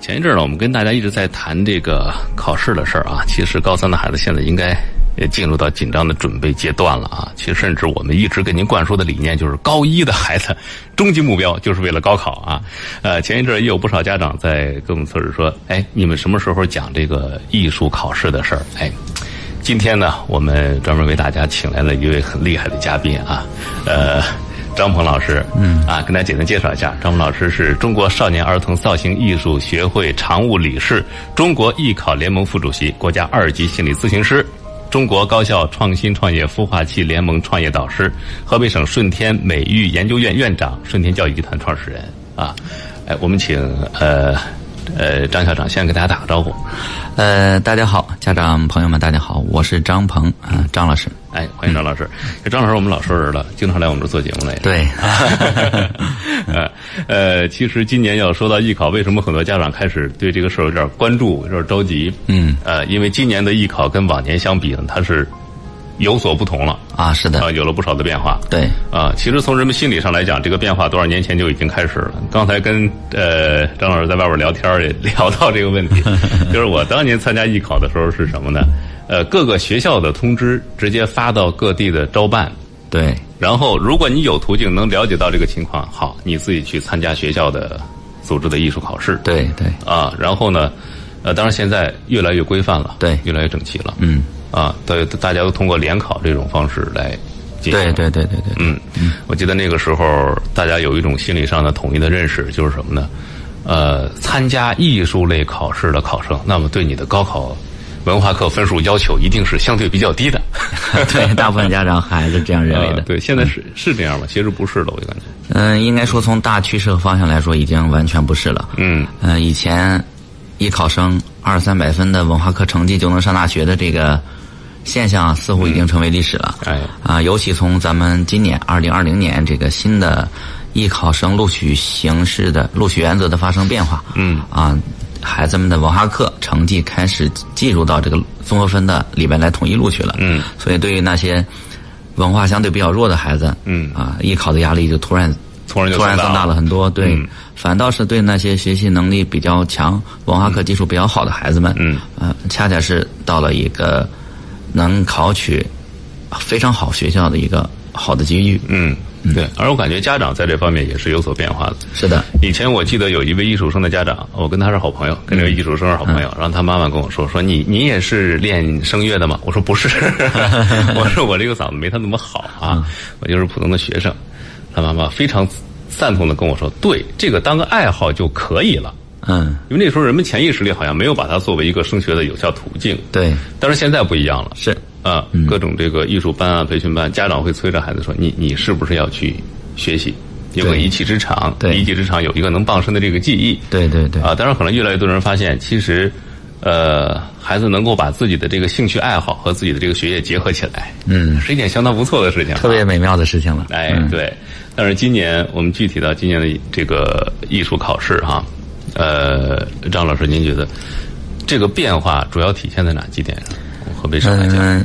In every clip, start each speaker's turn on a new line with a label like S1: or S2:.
S1: 前一阵呢，我们跟大家一直在谈这个考试的事儿啊。其实高三的孩子现在应该也进入到紧张的准备阶段了啊。其实，甚至我们一直给您灌输的理念就是，高一的孩子终极目标就是为了高考啊。呃，前一阵也有不少家长在跟我们测试说，哎，你们什么时候讲这个艺术考试的事儿？哎。今天呢，我们专门为大家请来了一位很厉害的嘉宾啊，呃，张鹏老师，嗯，啊，跟大家简单介绍一下，张鹏老师是中国少年儿童造型艺术学会常务理事，中国艺考联盟副主席，国家二级心理咨询师。中国高校创新创业孵化器联盟创业导师，河北省顺天美育研究院院长，顺天教育集团创始人啊，哎，我们请呃呃张校长先给大家打个招呼。
S2: 呃，大家好，家长朋友们，大家好，我是张鹏啊、呃张老师。
S1: 哎，欢迎张老师。这张老师我们老熟人了，经常来我们这儿做节目 来着。
S2: 对，
S1: 呃呃，其实今年要说到艺考，为什么很多家长开始对这个事儿有点关注，有点着急？
S2: 嗯，
S1: 呃，因为今年的艺考跟往年相比呢，它是有所不同了
S2: 啊，是
S1: 啊、
S2: 的，
S1: 有了不少的变化。
S2: 对，
S1: 啊，其实从人们心理上来讲，这个变化多少年前就已经开始了。刚才跟呃张老师在外边聊天儿也 聊到这个问题，就是我当年参加艺考的时候是什么呢？呃，各个学校的通知直接发到各地的招办，
S2: 对，
S1: 然后如果你有途径能了解到这个情况，好，你自己去参加学校的组织的艺术考试。
S2: 对，对，
S1: 啊，然后呢，呃，当然现在越来越规范了，
S2: 对
S1: 越来越整齐了。
S2: 嗯，
S1: 啊，对，大家都通过联考这种方式来进行。
S2: 对，对，对，对， 对，
S1: 嗯，我记得那个时候，大家有一种心理上的统一的认识，就是什么呢？呃，参加艺术类考试的考生，那么对你的高考文化课分数要求一定是相对比较低的。
S2: 对，大部分家长还是这样认为
S1: 呃
S2: 的。
S1: 对，现在是是这样吗？其实不是了，我就感觉。
S2: 嗯，应该说从大趋势和方向来说，已经完全不是了。
S1: 嗯，
S2: 呃，以前一考生二三百分的文化课成绩就能上大学的这个现象，啊似乎已经成为历史了。
S1: 哎
S2: 啊，尤其从咱们今年二零二零年这个新的艺考生录取形式的录取原则的发生变化，
S1: 嗯
S2: 啊，孩子们的文化课成绩开始进入到这个综合分的里边来统一录取了，
S1: 嗯，
S2: 所以对于那些文化相对比较弱的孩子，
S1: 嗯
S2: 啊，艺考的压力就突然
S1: 突然就
S2: 突然
S1: 增大
S2: 增大
S1: 了
S2: 了很多，对，
S1: 嗯
S2: 反倒是对那些学习能力比较强、文化课基础比较好的孩子们，
S1: 嗯，
S2: 呃，恰恰是到了一个能考取非常好学校的一个好的机遇。
S1: 嗯，对。而我感觉家长在这方面也是有所变化的。
S2: 是的，
S1: 以前我记得有一位艺术生的家长，我跟他是好朋友，跟这个艺术生是好朋友。然后他妈妈跟我说：“说你你也是练声乐的吗？”我说：“不是，我说我这个嗓子没他那么好啊，我就是普通的学生。”他妈妈非常赞同的跟我说：“对，这个当个爱好就可以了。”
S2: 嗯，
S1: 因为那时候人们潜意识里好像没有把它作为一个升学的有效途径，
S2: 对，
S1: 但是现在不一样了，
S2: 是，嗯
S1: 啊，各种这个艺术班啊、培训班，家长会催着孩子说：“你你是不是要去学习，有个
S2: 对
S1: 一技之长？
S2: 对
S1: 一技之长有一个能傍身的这个技艺。”
S2: 对对对，
S1: 啊，当然可能越来越多人发现，其实，呃，孩子能够把自己的这个兴趣爱好和自己的这个学业结合起来，
S2: 嗯，
S1: 是一件相当不错的事情啊。
S2: 特别美妙的事情了。
S1: 哎，对。但是今年我们具体到今年的这个艺术考试哈，呃，张老师，您觉得这个变化主要体现在哪几点啊上？从河北省来讲，
S2: 嗯，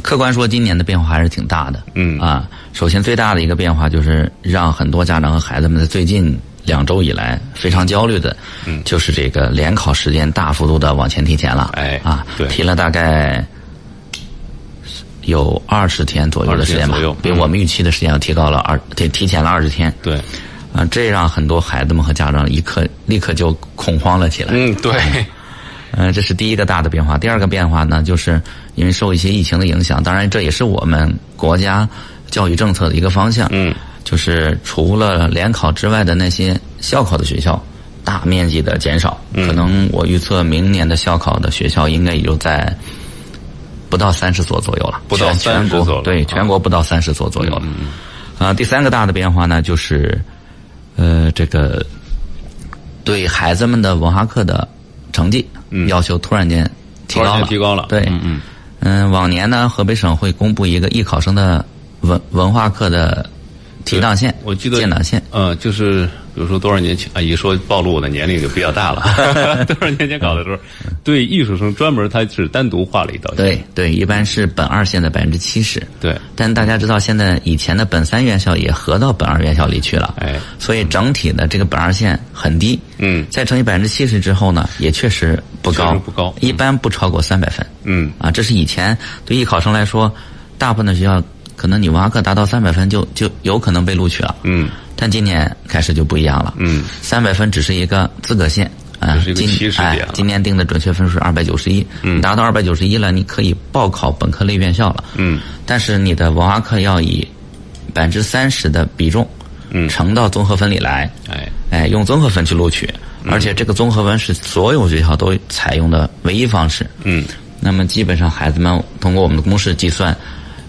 S2: 客观说，今年的变化还是挺大的。
S1: 嗯
S2: 啊，首先最大的一个变化就是让很多家长和孩子们在最近两周以来非常焦虑的，嗯，就是这个联考时间大幅度的往前提前了。
S1: 哎
S2: 啊，
S1: 对
S2: 提了大概。有二十天左右的时间吧
S1: 20天左右，嗯
S2: 比我们预期的时间要提高了二，提提前了二十天。
S1: 对，
S2: 啊，这让很多孩子们和家长一刻立刻就恐慌了起来。
S1: 嗯，对，
S2: 呃，这是第一个大的变化。第二个变化呢，就是因为受一些疫情的影响，当然这也是我们国家教育政策的一个方向。
S1: 嗯，
S2: 就是除了联考之外的那些校考的学校，大面积的减少。
S1: 嗯
S2: 可能我预测明年的校考的学校应该也就在不到三十所左右了，
S1: 不到
S2: 全全
S1: 30
S2: 国
S1: 所了嗯
S2: 对
S1: 啊
S2: 全国不到三十所左右了。啊，第三个大的变化呢，就是呃，这个对孩子们的文化课的成绩要求突然间提
S1: 嗯突
S2: 高
S1: 然
S2: 了，
S1: 间提高了，
S2: 对，
S1: 嗯嗯，
S2: 嗯，往年呢，河北省会公布一个艺考生的文文化课的提档线，
S1: 我记得
S2: 建档线，
S1: 呃，就是比如说多少年前啊，一说暴露我的年龄就比较大 了， 多少年前搞的时候，对艺术生专门他是单独划了一道线，
S2: 对对，一般是本二线的百分之七十。
S1: 对，
S2: 但大家知道，现在以前的本三院校也合到本二院校里去了，
S1: 哎
S2: 所以整体的这个本二线很低，
S1: 嗯
S2: 再乘以百分之七十之后呢，也确实不
S1: 确
S2: 高，
S1: 实不高
S2: 一般不超过三百分，
S1: 嗯
S2: 啊，这是以前对艺考生来说，大部分的学校可能你文化课达到三百分就就有可能被录取了，
S1: 嗯
S2: 但今年开始就不一样了，
S1: 嗯，
S2: 三百分只是一个资格线。啊
S1: 这是一，个
S2: 今
S1: 起始点
S2: 哎
S1: 了，
S2: 今年定的准确分数是二百九十一，达到二百九十一了，你可以报考本科类院校了。
S1: 嗯，
S2: 但是你的文化课要以百分之三十的比重，
S1: 嗯
S2: 乘到综合分里来，
S1: 哎，
S2: 哎，用综合分去录取，
S1: 嗯
S2: 而且这个综合分是所有学校都采用的唯一方式。
S1: 嗯
S2: 那么基本上孩子们通过我们的公式计算，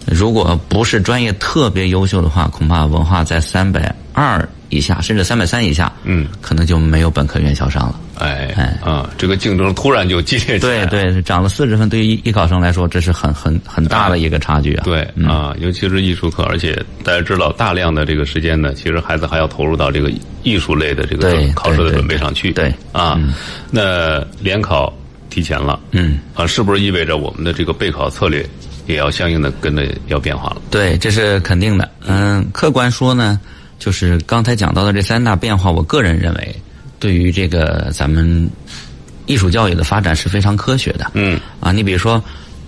S2: 如果不是专业特别优秀的话，恐怕文化在三百二以下，甚至三百三以下，
S1: 嗯，
S2: 可能就没有本科院校上了。
S1: 哎
S2: 哎
S1: 啊，这个竞争突然就激烈起来
S2: 对
S1: 了，
S2: 对，涨了四十分，对于艺考生来说，这是很很很大的一个差距啊。
S1: 对啊，尤其是艺术课，而且大家知道，大量的这个时间呢，其实孩子还要投入到这个艺术类的这个
S2: 对
S1: 考试的
S2: 对对
S1: 准备上去。
S2: 对
S1: 啊，那联考提前了，
S2: 嗯，
S1: 啊，是不是意味着我们的这个备考策略也要相应的跟着要变化了？
S2: 对，这是肯定的。嗯，客观说呢，就是刚才讲到的这三大变化，我个人认为，对于这个咱们艺术教育的发展是非常科学的。
S1: 嗯，
S2: 啊，你比如说，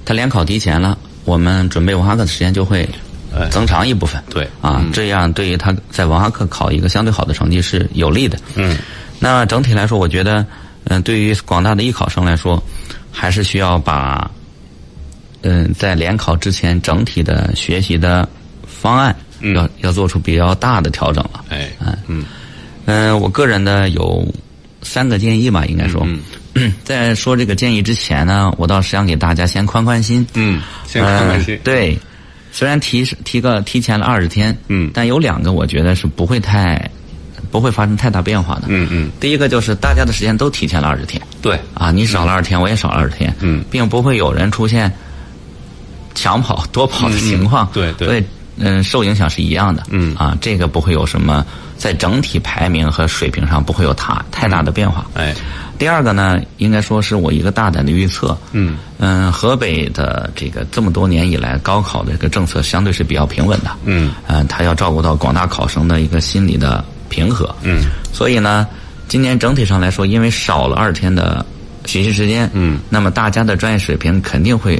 S2: 他联考提前了，我们准备文化课的时间就会
S1: 哎
S2: 增长一部分。
S1: 对嗯
S2: 啊，这样对于他在文化课考一个相对好的成绩是有利的。
S1: 嗯，
S2: 那整体来说，我觉得，嗯、对于广大的艺考生来说，还是需要把嗯，在联考之前整体的学习的方案
S1: 嗯
S2: 要、要做出比较大的调整了。
S1: 哎，
S2: 嗯嗯，我个人呢有三个建议吧，应该说。
S1: 嗯
S2: 在说这个建议之前呢，我倒是想给大家先宽宽心。
S1: 嗯，先看看心
S2: 呃。对，虽然提是提个提前了二十天，
S1: 嗯
S2: 但有两个我觉得是不会太不会发生太大变化的。
S1: 嗯嗯，
S2: 第一个就是大家的时间都提前了二十天。
S1: 对，
S2: 啊，你少了二天，我也少了二天，
S1: 嗯
S2: 并不会有人出现抢跑、多跑的情况，
S1: 嗯对对
S2: 所以嗯，受影响是一样的，
S1: 嗯
S2: 啊，这个不会有什么在整体排名和水平上不会有太太大的变化。
S1: 哎，
S2: 第二个呢，应该说是我一个大胆的预测，
S1: 嗯
S2: 嗯，河北的这个这么多年以来高考的这个政策相对是比较平稳的，
S1: 嗯
S2: 嗯，它要照顾到广大考生的一个心理的平和。
S1: 嗯，
S2: 所以呢，今年整体上来说，因为少了二天的学习时间，
S1: 嗯，
S2: 那么大家的专业水平肯定会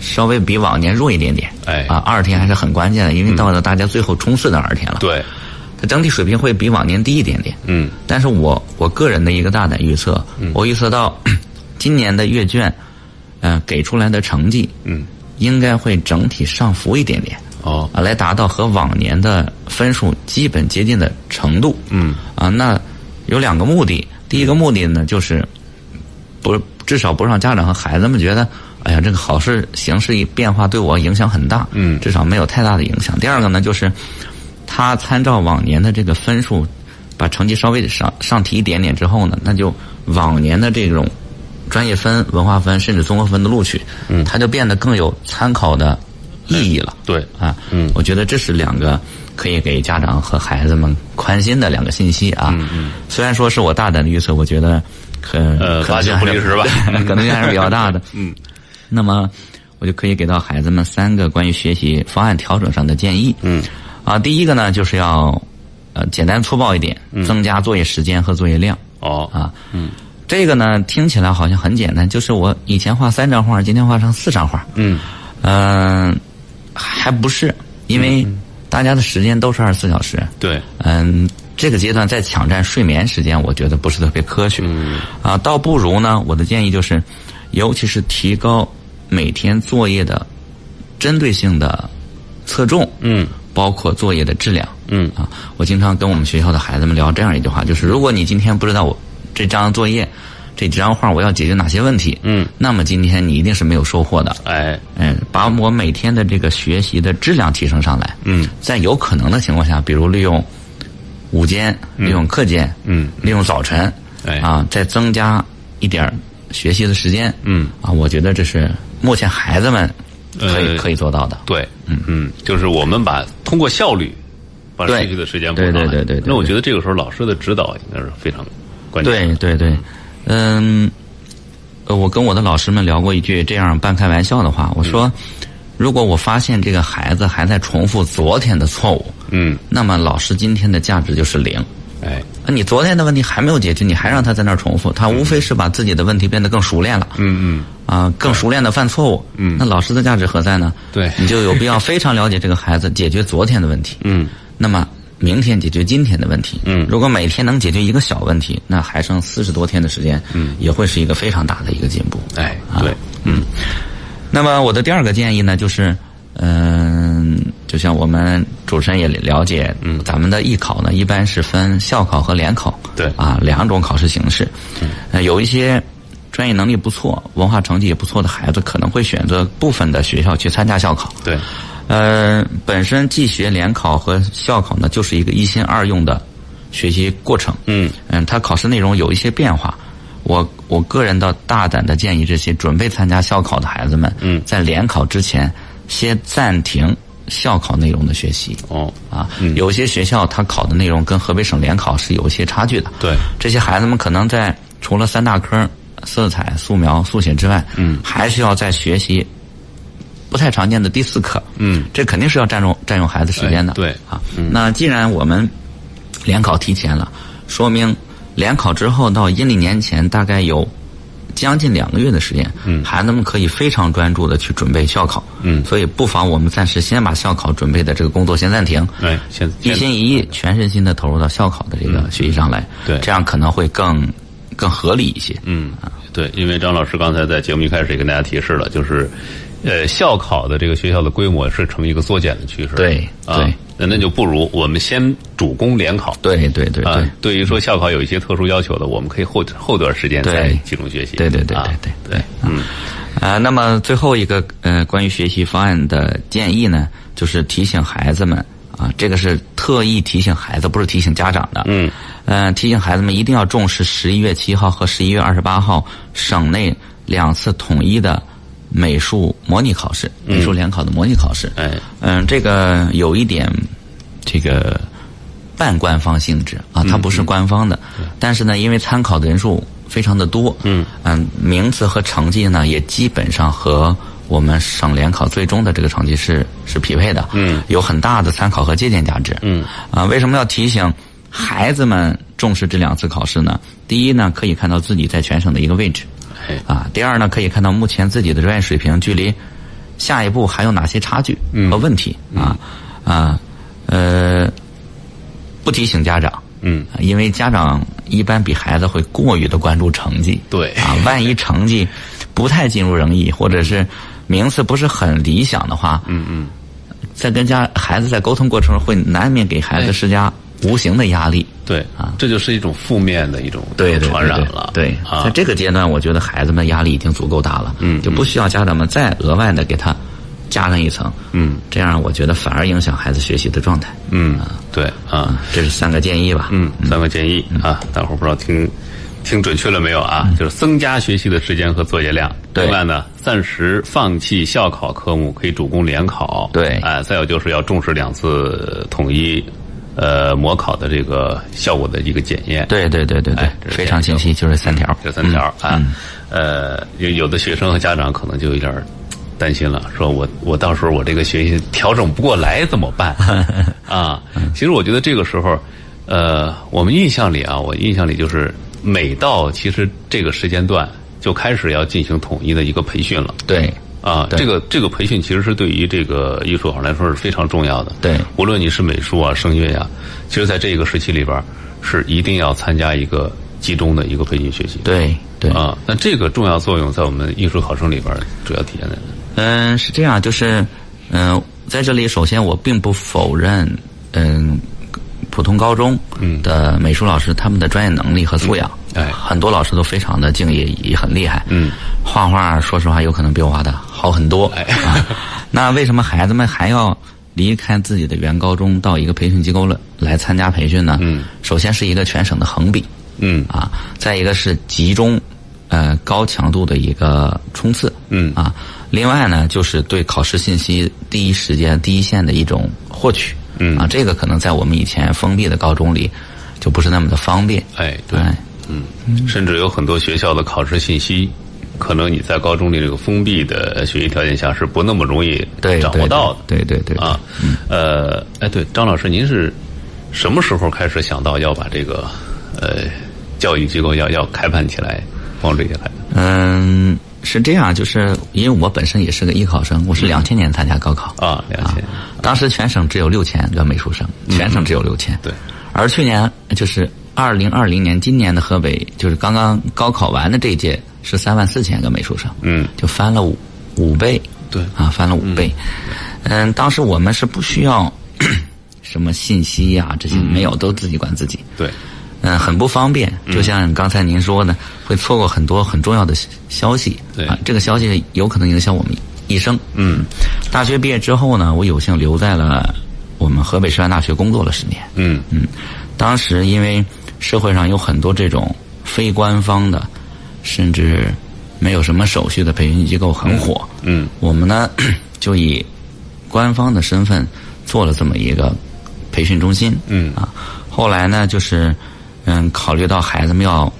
S2: 稍微比往年弱一点点。
S1: 哎
S2: 啊，二天还是很关键的，因为到了大家最后冲刺的二天了，，
S1: 对，
S2: 它整体水平会比往年低一点点。
S1: 嗯
S2: 但是我我个人的一个大胆预测，我预测到 今年的阅卷，呃，给出来的成绩
S1: 嗯，
S2: 应该会整体上浮一点点。
S1: 哦，
S2: 啊，来达到和往年的分数基本接近的程度。
S1: 嗯，
S2: 啊，那有两个目的，第一个目的呢，就是不至少不让家长和孩子们觉得，哎呀，这个考试形式一变化对我影响很大。
S1: 嗯
S2: 至少没有太大的影响。第二个呢，就是他参照往年的这个分数，把成绩稍微上上提一点点之后呢，那就往年的这种。专业分、文化分，甚至综合分的录取，嗯，它就变得更有参考的意义了。
S1: 对，
S2: 啊，
S1: 嗯
S2: 我觉得这是两个可以给家长和孩子们宽心的两个信息啊。嗯嗯，虽然说是我大胆的预测，我觉得可
S1: 呃
S2: 可
S1: 八
S2: 能
S1: 九
S2: 性
S1: 不
S2: 还
S1: 离
S2: 是
S1: 十吧
S2: 可能性还是比较大的。
S1: 嗯，
S2: 那么我就可以给到孩子们三个关于学习方案调整上的建议。
S1: 嗯，
S2: 啊，第一个呢就是要呃简单粗暴一点，
S1: 嗯
S2: 增加作业时间和作业量。
S1: 哦，
S2: 啊，嗯，这个呢听起来好像很简单，就是我以前画三张画，今天画成四张画，
S1: 嗯，
S2: 嗯、还不是，因为大家的时间都是二十四小时，
S1: 对，
S2: 嗯，这个阶段再抢占睡眠时间，我觉得不是特别科学，嗯，啊，倒不如呢，我的建议就是，尤其是提高每天作业的针对性的侧重，
S1: 嗯
S2: 包括作业的质量，
S1: 嗯
S2: 啊，我经常跟我们学校的孩子们聊这样一句话，就是如果你今天不知道我这张作业、这几张画我要解决哪些问题，
S1: 嗯，
S2: 那么今天你一定是没有收获的。
S1: 哎，
S2: 嗯，把我每天的这个学习的质量提升上来，
S1: 嗯，
S2: 在有可能的情况下，比如利用午间、利用课间，
S1: 嗯，
S2: 利用早晨，
S1: 哎
S2: 啊，再增加一点儿学习的时间，
S1: 嗯，
S2: 啊，我觉得这是目前孩子们可以、
S1: 呃
S2: 可以做到的，
S1: 对，嗯嗯，就是我们把通过效率把
S2: 对
S1: 失去的时间补
S2: 对
S1: 上来。
S2: 对对对对
S1: 那我觉得这个时候老师的指导应该是非常关键。
S2: 对对对，嗯，呃，我跟我的老师们聊过一句这样半开玩笑的话，我说，
S1: 嗯
S2: 如果我发现这个孩子还在重复昨天的错误，
S1: 嗯，
S2: 那么老师今天的价值就是零。
S1: 哎，
S2: 啊你昨天的问题还没有解决，你还让他在那儿重复，他无非是把自己的问题变得更熟练了。
S1: 嗯嗯嗯，
S2: 啊，更熟练的犯错误，嗯，那老师的价值何在呢？
S1: 对
S2: 你就有必要非常了解这个孩子，解决昨天的问题，
S1: 嗯，
S2: 那么明天解决今天的问题，
S1: 嗯
S2: 如果每天能解决一个小问题，那还剩四十多天的时间，嗯，也会是一个非常大的一个进步。
S1: 哎，对，
S2: 那么我的第二个建议呢，就是，嗯、就像我们主持人也了解，嗯，咱们的艺考呢，一般是分校考和联考，
S1: 对
S2: 啊，两种考试形式。呃，有一些专业能力不错、文化成绩也不错的孩子，可能会选择部分的学校去参加校考。
S1: 对，
S2: 呃，本身既学联考和校考呢，就是一个一心二用的学习过程。
S1: 嗯
S2: 嗯，它考试内容有一些变化。我我个人倒大胆的建议这些准备参加校考的孩子们，
S1: 嗯
S2: 在联考之前先暂停校考内容的学习。
S1: 哦，
S2: 啊，有些学校它考的内容跟河北省联考是有一些差距的。
S1: 对
S2: 这些孩子们可能在除了三大科色彩、素描、速写之外，嗯，还是要在学习不太常见的第四课。
S1: 嗯，
S2: 这肯定是要占用占用孩子时间的。
S1: 哎对
S2: 啊，那既然我们联考提前了，说明联考之后到阴历年前大概有。将近两个月的时间，嗯，孩子们可以非常专注的去准备校考，
S1: 嗯
S2: 所以不妨我们暂时先把校考准备的这个工作先暂停，
S1: 哎，现
S2: 一心一意、全身心的投入到校考的这个学习上来，
S1: 嗯对
S2: 这样可能会更更合理一些。
S1: 嗯，对，因为张老师刚才在节目一开始也跟大家提示了，就是，呃，校考的这个学校的规模是呈一个缩减的趋势。
S2: 对
S1: 啊
S2: 对，
S1: 那那就不如我们先主攻联考。
S2: 对对对对
S1: 啊，对于说校考有一些特殊要求的，我们可以后后段时间
S2: 对
S1: 再集中学习。
S2: 对对对
S1: 啊
S2: 对对
S1: 对，嗯，
S2: 啊、那么最后一个呃，关于学习方案的建议呢，就是提醒孩子们啊，这个是特意提醒孩子，不是提醒家长的。
S1: 嗯，
S2: 呃，提醒孩子们一定要重视十一月七号和十一月二十八号省内两次统一的美术模拟考试，美术联考的模拟考试。
S1: 哎，
S2: 嗯，这个有一点这个半官方性质啊，它不是官方的，但是呢，因为参考的人数非常的多，嗯嗯，名次和成绩呢也基本上和我们省联考最终的这个成绩是是匹配的，嗯，有很大的参考和借鉴价值，嗯啊，为什么要提醒？孩子们重视这两次考试呢，第一呢，可以看到自己在全省的一个位置，
S1: 哎
S2: 啊，第二呢，可以看到目前自己的专业水平距离下一步还有哪些差距
S1: 嗯
S2: 和问题、啊啊呃，不提醒家长，啊
S1: 嗯，
S2: 因为家长一般比孩子会过于的关注成绩，
S1: 对
S2: 啊，万一成绩不太尽如人意，或者是名次不是很理想的话，嗯嗯，在跟家孩子在沟通过程中会难免给孩子施加无形的压力。
S1: 对
S2: 啊
S1: 这就是一种负面的一种
S2: 对对对
S1: 传染了。
S2: 对，
S1: 啊
S2: 在，这个阶段，我觉得孩子们压力已经足够大了，嗯，就不需要家长们再额外的给他加上一层，
S1: 嗯，
S2: 这样我觉得反而影响孩子学习的状态。
S1: 嗯，对啊。
S2: 这是三个建议吧？
S1: 嗯，三个建议啊，大伙儿不知道听听准确了没有啊？就是增加学习的时间和作业量。
S2: 嗯对
S1: 另外呢，暂时放弃校考科目，可以主攻联考。
S2: 对
S1: 哎、再有就是要重视两次统一呃模考的这个效果的一个检验。。
S2: 对对对对对
S1: 哎，这是
S2: 非常清晰，就是三条。嗯
S1: 这三条啊，呃，有有的学生和家长可能就有点儿担心了，说我我到时候我这个学习调整不过来怎么 办啊？其实我觉得这个时候，呃，我们印象里啊，我印象里就是每到其实这个时间段就开始要进行统一的一个培训了。
S2: 对
S1: 啊，
S2: 对
S1: 这个这个培训其实是对于这个艺术行来说是非常重要的。
S2: 对
S1: 无论你是美术啊、声乐呀、其实在这个时期里边儿是一定要参加一个集中的一个培训学习。
S2: 对对，
S1: 啊，那这个重要作用在我们艺术考生里边儿主要体现在哪？
S2: 嗯，是这样，就是，嗯、在这里，首先我并不否认，嗯、普通高中的美术老师他们的专业能力和素养，
S1: 嗯哎
S2: 很多老师都非常的敬业，也很厉害，嗯，画画说实话有可能比我画的好很多，
S1: 哎
S2: 啊，那为什么孩子们还要离开自己的原高中到一个培训机构了来参加培训呢？嗯，首先是一个全省的横比，
S1: 嗯
S2: 啊，再一个是集中，呃，高强度的一个冲刺，
S1: 嗯
S2: 啊，另外呢，就是对考试信息第一时间、第一线的一种获取，嗯啊，这个可能在我们以前封闭的高中里就不是那么的方便。
S1: 哎，对，嗯，甚至有很多学校的考试信息，可能你在高中里这个封闭的学习条件下是不那么容易
S2: 对，
S1: 掌
S2: 对
S1: 握到的。
S2: 对对对对
S1: 啊，呃，哎，对，张老师，您是什么时候开始想到要把这个呃教育机构要要开办起来，帮助这些孩子？
S2: 嗯，是这样，就是因为我本身也是个艺考生，
S1: 嗯
S2: 我是两千年参加高考
S1: 啊两千
S2: 当时全省只有六千个美术生，全省只有六千、
S1: 嗯对，
S2: 而去年就是二零二零年，今年的河北就是刚刚高考完的这一届是三万四千个美术生，
S1: 嗯，
S2: 就翻了五五倍，
S1: 对
S2: 啊，翻了五倍。嗯当时我们是不需要 什么信息呀、这些
S1: 嗯
S2: 没有，都自己管自己。
S1: 对，
S2: 嗯，很不方便。就像刚才您说的，会错过很多很重要的消息。
S1: 对
S2: 啊，这个消息有可能影响我们一生。
S1: 嗯，
S2: 大学毕业之后呢，我有幸留在了我们河北师范大学工作了十年。
S1: 嗯
S2: 嗯，当时因为社会上有很多这种非官方的，甚至没有什么手续的培训机构很火。
S1: 嗯
S2: 我们呢 就以官方的身份做了这么一个培训中心。
S1: 嗯
S2: 啊，后来呢，就是嗯，考虑到孩子们要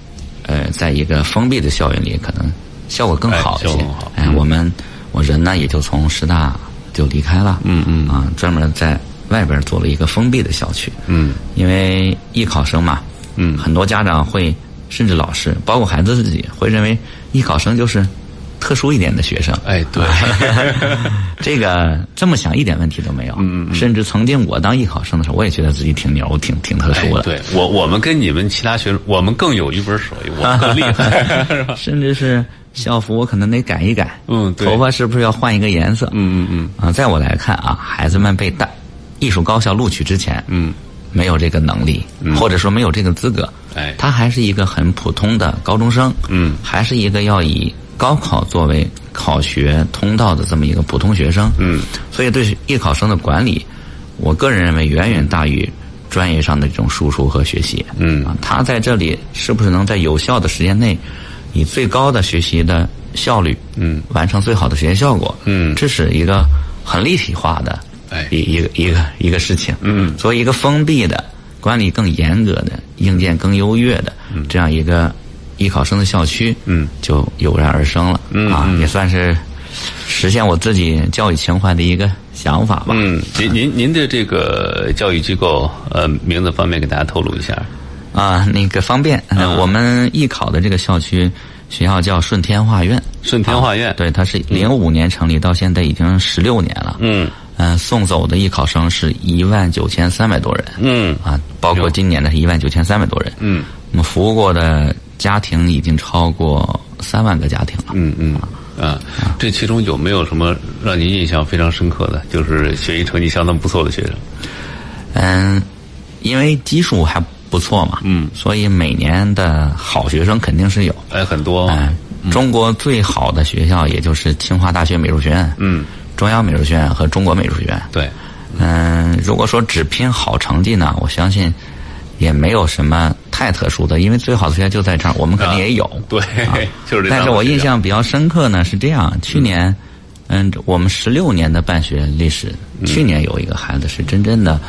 S2: 呃，在一个封闭的校园里，可能效果更好
S1: 哎
S2: 一
S1: 效
S2: 些
S1: 果更好。
S2: 哎，我们我人呢也就从师大就离开了。
S1: 嗯嗯
S2: 啊，专门在外边做了一个封闭的校区。
S1: 嗯
S2: 因为艺考生嘛，
S1: 嗯
S2: 很多家长会，甚至老师，包括孩子自己，会认为艺考生就是特殊一点的学生。
S1: 哎，对，
S2: 啊 这个这么想一点问题都没有。嗯嗯。甚至曾经我当艺考生的时候，我也觉得自己挺牛、挺挺特
S1: 哎
S2: 殊的。，
S1: 对我我们跟你们其他学生，我们更有一本手艺，我们更厉 害，是吧？
S2: 甚至是校服，我可能得改一改。
S1: 嗯对
S2: 头发是不是要换一个颜色？
S1: 嗯嗯嗯，
S2: 啊，在我来看啊，孩子们被大艺术高校录取之前，
S1: 嗯，
S2: 没有这个能力，或者说没有这个资格，
S1: 哎
S2: 他还是一个很普通的高中生，
S1: 嗯
S2: 还是一个要以高考作为考学通道的这么一个普通学生，
S1: 嗯，
S2: 所以对艺考生的管理，我个人认为远远大于。专业上的这种输出和学习，
S1: 嗯
S2: 啊，他在这里是不是能在有效的时间内，以最高的学习的效率，
S1: 嗯，
S2: 完成最好的学习效果，
S1: 嗯
S2: 这是一个很立体化的
S1: 哎
S2: 一一个一个一个事情。
S1: 嗯
S2: 作为一个封闭的、管理更严格的、硬件更优越的这样一个艺考生的校区，
S1: 嗯，
S2: 就油然而生了。
S1: 嗯
S2: 啊，
S1: 嗯
S2: 也算是实现我自己教育情怀的一个想法吧。
S1: 嗯，您您您的这个教育机构，呃，名字方面给大家透露一下。
S2: 啊，那个方便，
S1: 嗯
S2: 呃我们艺考的这个校区学校叫顺天画院。
S1: 顺天画院，
S2: 啊对，它是零五年成立，到现在已经十六年了。
S1: 嗯
S2: 嗯，送走的艺考生是一万九千三百多人，
S1: 嗯
S2: 啊，包括今年的是一万九千三百多人。
S1: 嗯
S2: 我们服务过的家庭已经超过三万个家庭了。
S1: 嗯嗯啊，这其中有没有什么让您印象非常深刻的，就是学习成绩相当不错的学生？
S2: 嗯，因为基数还不错嘛，
S1: 嗯
S2: 所以每年的好学生肯定是有。
S1: 哎，很多。
S2: 哎，
S1: 嗯
S2: 中国最好的学校也就是清华大学美术学院、
S1: 嗯，
S2: 中央美术学院和中国美术学院。
S1: 对，
S2: 嗯，如果说只拼好成绩呢，我相信也没有什么太特殊的，因为最好的学校就在这儿，我们肯定也有。
S1: 啊
S2: 啊
S1: 对， 就是这。
S2: 但是我印，象比较深刻呢是这样，去年，嗯，我们十六年的办学历史，
S1: 嗯
S2: 去年有一个孩子是真正的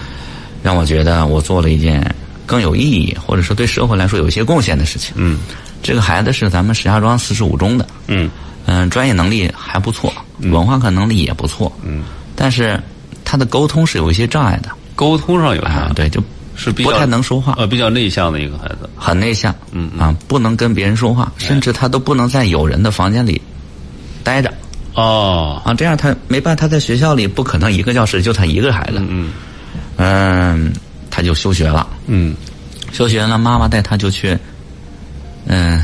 S2: 让我觉得我做了一件更有意义，或者说对社会来说有一些贡献的事情。嗯，这个孩子是咱们石家庄四十五中的，
S1: 嗯
S2: 嗯，专业能力还不错，文化课能力也不错，嗯，但是他的沟通是有一些障碍的
S1: 沟通上有啥
S2: 啊，？对，就是
S1: 比较
S2: 不太能说话，
S1: 呃，比较内向的一个孩子。
S2: 很内向，嗯啊，不能跟别人说话，
S1: 哎
S2: 甚至他都不能在有人的房间里待着
S1: 哦，
S2: 啊，这样他没办法，他在学校里不可能一个教室就他一个孩子，嗯嗯，他就休学了，
S1: 嗯
S2: 休学了，妈妈带他就去，嗯，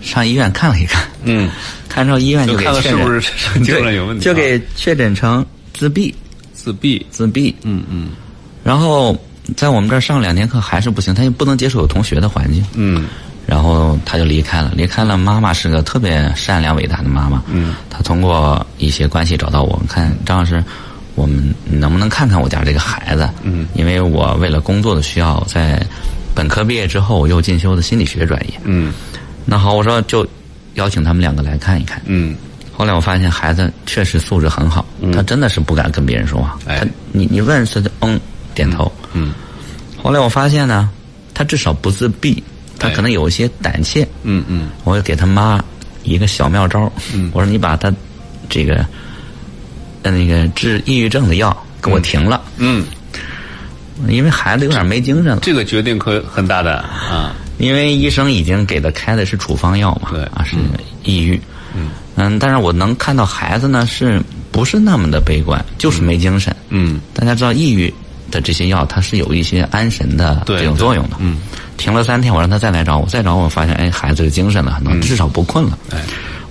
S2: 上医院看了一看，
S1: 嗯，
S2: 看着医院
S1: 就
S2: 给
S1: 看看
S2: 确
S1: 是
S2: 诊，
S1: 不是神经上有问题啊，
S2: 就给确诊成自闭，
S1: 自闭。
S2: 自闭，
S1: 嗯嗯
S2: 然后在我们这儿上两年课还是不行，他也不能接受有同学的环境，
S1: 嗯
S2: 然后他就离开了。离开了，妈妈是个特别善良伟大的妈妈。嗯，她通过一些关系找到我们，看张老师，我们能不能看看我家这个孩子？嗯，因为我为了工作的需要，在本科毕业之后我又进修的心理学专业。
S1: 嗯
S2: 那好，我说就邀请他们两个来看一看。
S1: 嗯
S2: 后来我发现孩子确实素质很好，他真的是不敢跟别人说话。
S1: 哎
S2: 他你你问他就嗯点头。
S1: 嗯
S2: 后来我发现呢，他至少不自闭，他
S1: 哎
S2: 可能有一些胆怯。
S1: 嗯嗯
S2: 我就给他妈一个小妙招儿，我说你把他这个呃那个治抑郁症的药给我停了，
S1: 嗯，
S2: 因为孩子有点没精神了。
S1: 这个决定可很大胆啊。
S2: 因为医生已经给的开的是处方药嘛
S1: 对，
S2: 啊是抑郁，嗯但是我能看到孩子呢是不是那么的悲观，就是没精神。
S1: 嗯
S2: 大家知道抑郁的这些药，它是有一些安神的
S1: 对
S2: 这种作用的。嗯，停了三天，我让他再来找我，再找我，我发现哎，孩子有精神了，
S1: 嗯
S2: 可能至少不困了。
S1: 哎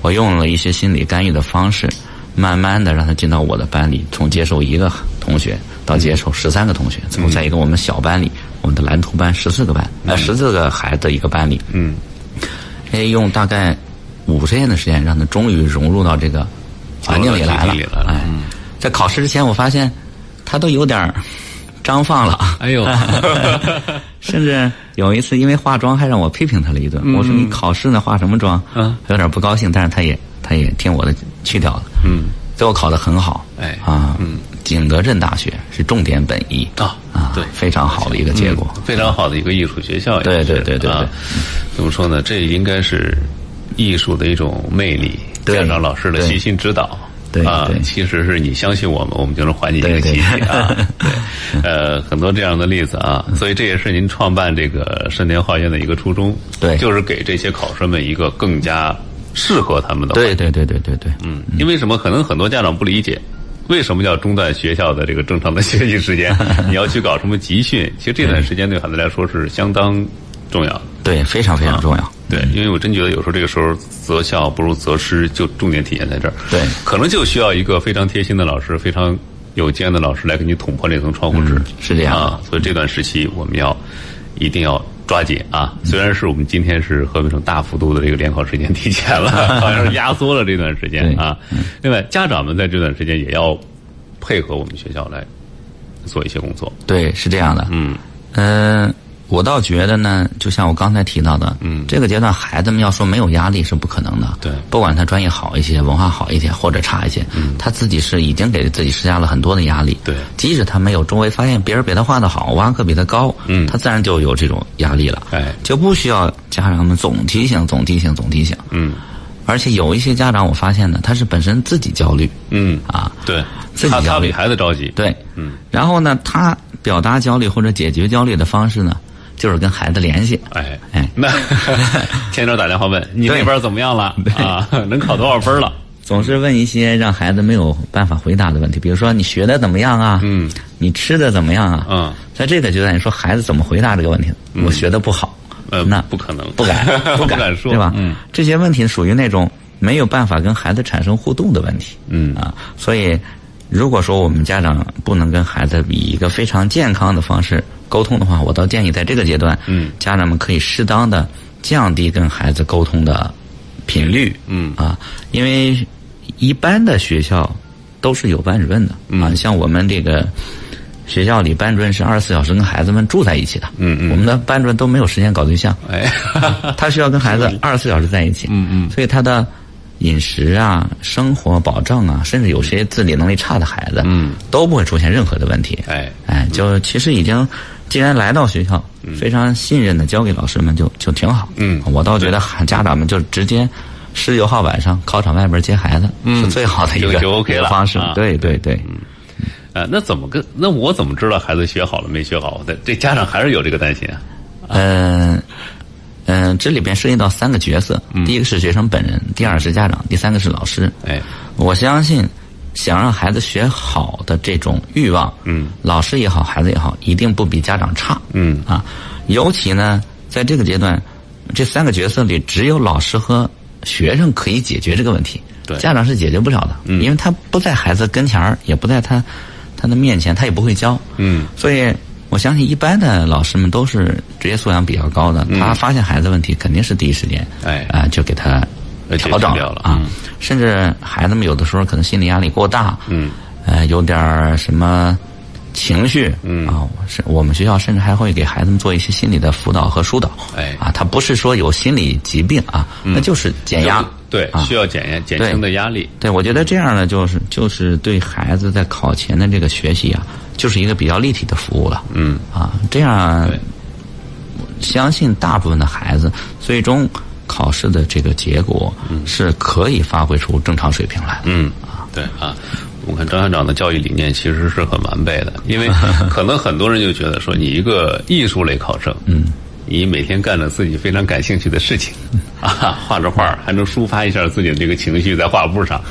S2: 我用了一些心理干预的方式，慢慢的让他进到我的班里，从接受一个同学到接受十三个同学，最后在一个我们小班里，我们的蓝图班十四个班，呃十四个孩子的一个班里，
S1: 嗯
S2: 哎，用大概五十天的时间，让他终于融入到这个环境里来
S1: 哦到
S2: 了
S1: 集体里来。了
S2: 哎，在考试之前，我发现他都有点儿张放了。
S1: 哎呦
S2: 甚至有一次因为化妆还让我批评他了一顿。我说你考试呢化什么妆？
S1: 嗯
S2: 有点不高兴，但是他也他也听我的去掉了。
S1: 嗯
S2: 最后考得很好。
S1: 哎
S2: 啊，景德镇大学是重点本一
S1: 啊
S2: 啊，
S1: 对
S2: 非常好的一个结果。
S1: 嗯非常好的一个艺术学校也
S2: 对
S1: 是。
S2: 对对对
S1: 啊
S2: 对
S1: 怎么说呢？这应该是艺术的一种魅力，
S2: 对
S1: 家长老师的
S2: 对
S1: 悉心指导。
S2: 对
S1: 啊
S2: 对，
S1: 其实是你相信我们，我们就能还你一个
S2: 对对
S1: 奇迹啊。对，呃，很多这样的例子啊，
S2: 嗯
S1: 所以这也是您创办这个深田画院的一个初衷，
S2: 对
S1: 就是给这些考生们一个更加适合他们的环
S2: 对对对对对对，
S1: 嗯，因为什么？可能很多家长不理解，为什么要中断学校的这个正常的 学习时间？你要去搞什么集训？其实这段时间对孩子来说是相当重要的。
S2: 对非常非
S1: 啊
S2: 常重要。
S1: 对，因为我真觉得有时候这个时候择校不如择师，就重点体现在这儿。
S2: 对
S1: 可能就需要一个非常贴心的老师，非常有经验的老师来给你捅破这层窗户纸。
S2: 嗯是这样的
S1: 啊，所以这段时期我们要一定要抓紧啊！
S2: 嗯
S1: 虽然是我们今天是河北省大幅度的这个联考时间提前 了，好像是压缩了这段时间啊。另外，家长们在这段时间也要配合我们学校来做一些工作。
S2: 对，是这样的。
S1: 嗯
S2: 嗯，我倒觉得呢，就像我刚才提到的，嗯，这个阶段孩子们要说没有压力是不可能的。
S1: 对
S2: 不管他专业好一些，文化好一些或者差一些，嗯，他自己是已经给自己施加了很多的压力。
S1: 对
S2: 即使他没有，周围发现别人比他画的好，挖课比他高，
S1: 嗯
S2: 他自然就有这种压力了。
S1: 哎
S2: 就不需要家长们总提醒、总提醒、总提醒。
S1: 嗯
S2: 而且有一些家长，我发现呢，他是本身自己焦虑
S1: 嗯，
S2: 啊，
S1: 对，
S2: 自己
S1: 他他
S2: 焦虑
S1: 比孩子着急。
S2: 对，嗯，然后呢，他表达焦虑或者解决焦虑的方式呢，就是跟孩子联系。
S1: 哎
S2: 哎
S1: 那前一阵打电话问你那
S2: 对
S1: 边怎么样了啊？ 能考多少分了？
S2: 总是问一些让孩子没有办法回答的问题，比如说你学的怎么样啊？
S1: 嗯，
S2: 你吃的怎么样啊？
S1: 嗯，
S2: 在这个阶段，你说孩子怎么回答这个问题？我学的不好，
S1: 呃，
S2: 那
S1: 不可能，
S2: 不 敢
S1: 不
S2: 敢
S1: 敢说，
S2: 对吧？
S1: 嗯，
S2: 这些问题属于那种没有办法跟孩子产生互动的问题。
S1: 嗯
S2: 啊，所以如果说我们家长不能跟孩子以一个非常健康的方式沟通的话，我倒建议在这个阶段，
S1: 嗯，
S2: 家长们可以适当的降低跟孩子沟通的频率。
S1: 嗯
S2: 啊，因为一般的学校都是有班主任的、
S1: 嗯
S2: 啊，像我们这个。学校里班主任是二十四小时跟孩子们住在一起的，
S1: 嗯嗯
S2: 我们的班主任都没有时间搞对象，
S1: 哎，
S2: 啊他需要跟孩子二十四小时在一起，
S1: 嗯嗯
S2: 所以他的饮食啊、生活保障啊，甚至有些自理能力差的孩子，
S1: 嗯，
S2: 都不会出现任何的问题。
S1: 哎，
S2: 哎，就其实已经，既然来到学校，非常信任的交给老师们就就挺好。
S1: 嗯
S2: 我倒觉得 家长们就直接十九号晚上考场外边接孩子，嗯是最好的一个
S1: 就就 OK 了
S2: 一个方式
S1: 啊。
S2: 对对对，
S1: 呃，那怎么跟？那我怎么知道孩子学好了没学好？这这家长还是有这个担心啊。
S2: 嗯嗯，这里边涉及到三个角色，
S1: 嗯
S2: 第一个是学生本人，第二是家长，第三个是老师。
S1: 哎，
S2: 我相信，想让孩子学好的这种欲望，
S1: 嗯，
S2: 老师也好，孩子也好，一定不比家长差，
S1: 嗯
S2: 啊，尤其呢，在这个阶段，这三个角色里，只有老师和学生可以解决这个问题，
S1: 对
S2: 家长是解决不了的，嗯，因为他不在孩子跟前儿，也不在他他的面前，他也不会教，
S1: 嗯
S2: 所以我相信一般的老师们都是职业素养比较高的，他发现孩子问题肯定是第一时间，
S1: 嗯哎
S2: 啊、就给他
S1: 呃
S2: 调
S1: 解
S2: 整
S1: 决掉了
S2: 啊
S1: 嗯，
S2: 甚至孩子们有的时候可能心理压力过大，
S1: 嗯，
S2: 呃，有点儿什么。情绪，嗯啊，是我们学校甚至还会给孩子们做一些心理的辅导和疏导，
S1: 哎嗯
S2: 啊，他不是说有心理疾病啊，那就是减压，
S1: 对，
S2: 啊
S1: 需要减压减轻的压力。
S2: 对，我觉得这样呢，就是就是对孩子在考前的这个学习啊，就是一个比较立体的服务了。
S1: 嗯，
S2: 啊，这样
S1: 对，
S2: 相信大部分的孩子最终考试的这个结果是可以发挥出正常水平来。
S1: 嗯，对啊，我看张校长的教育理念其实是很完备的，因 为可能很多人就觉得说，你一个艺术类考生，嗯，你每天干着自己非常感兴趣的事情，啊，画着画还能抒发一下自己的这个情绪在画布上，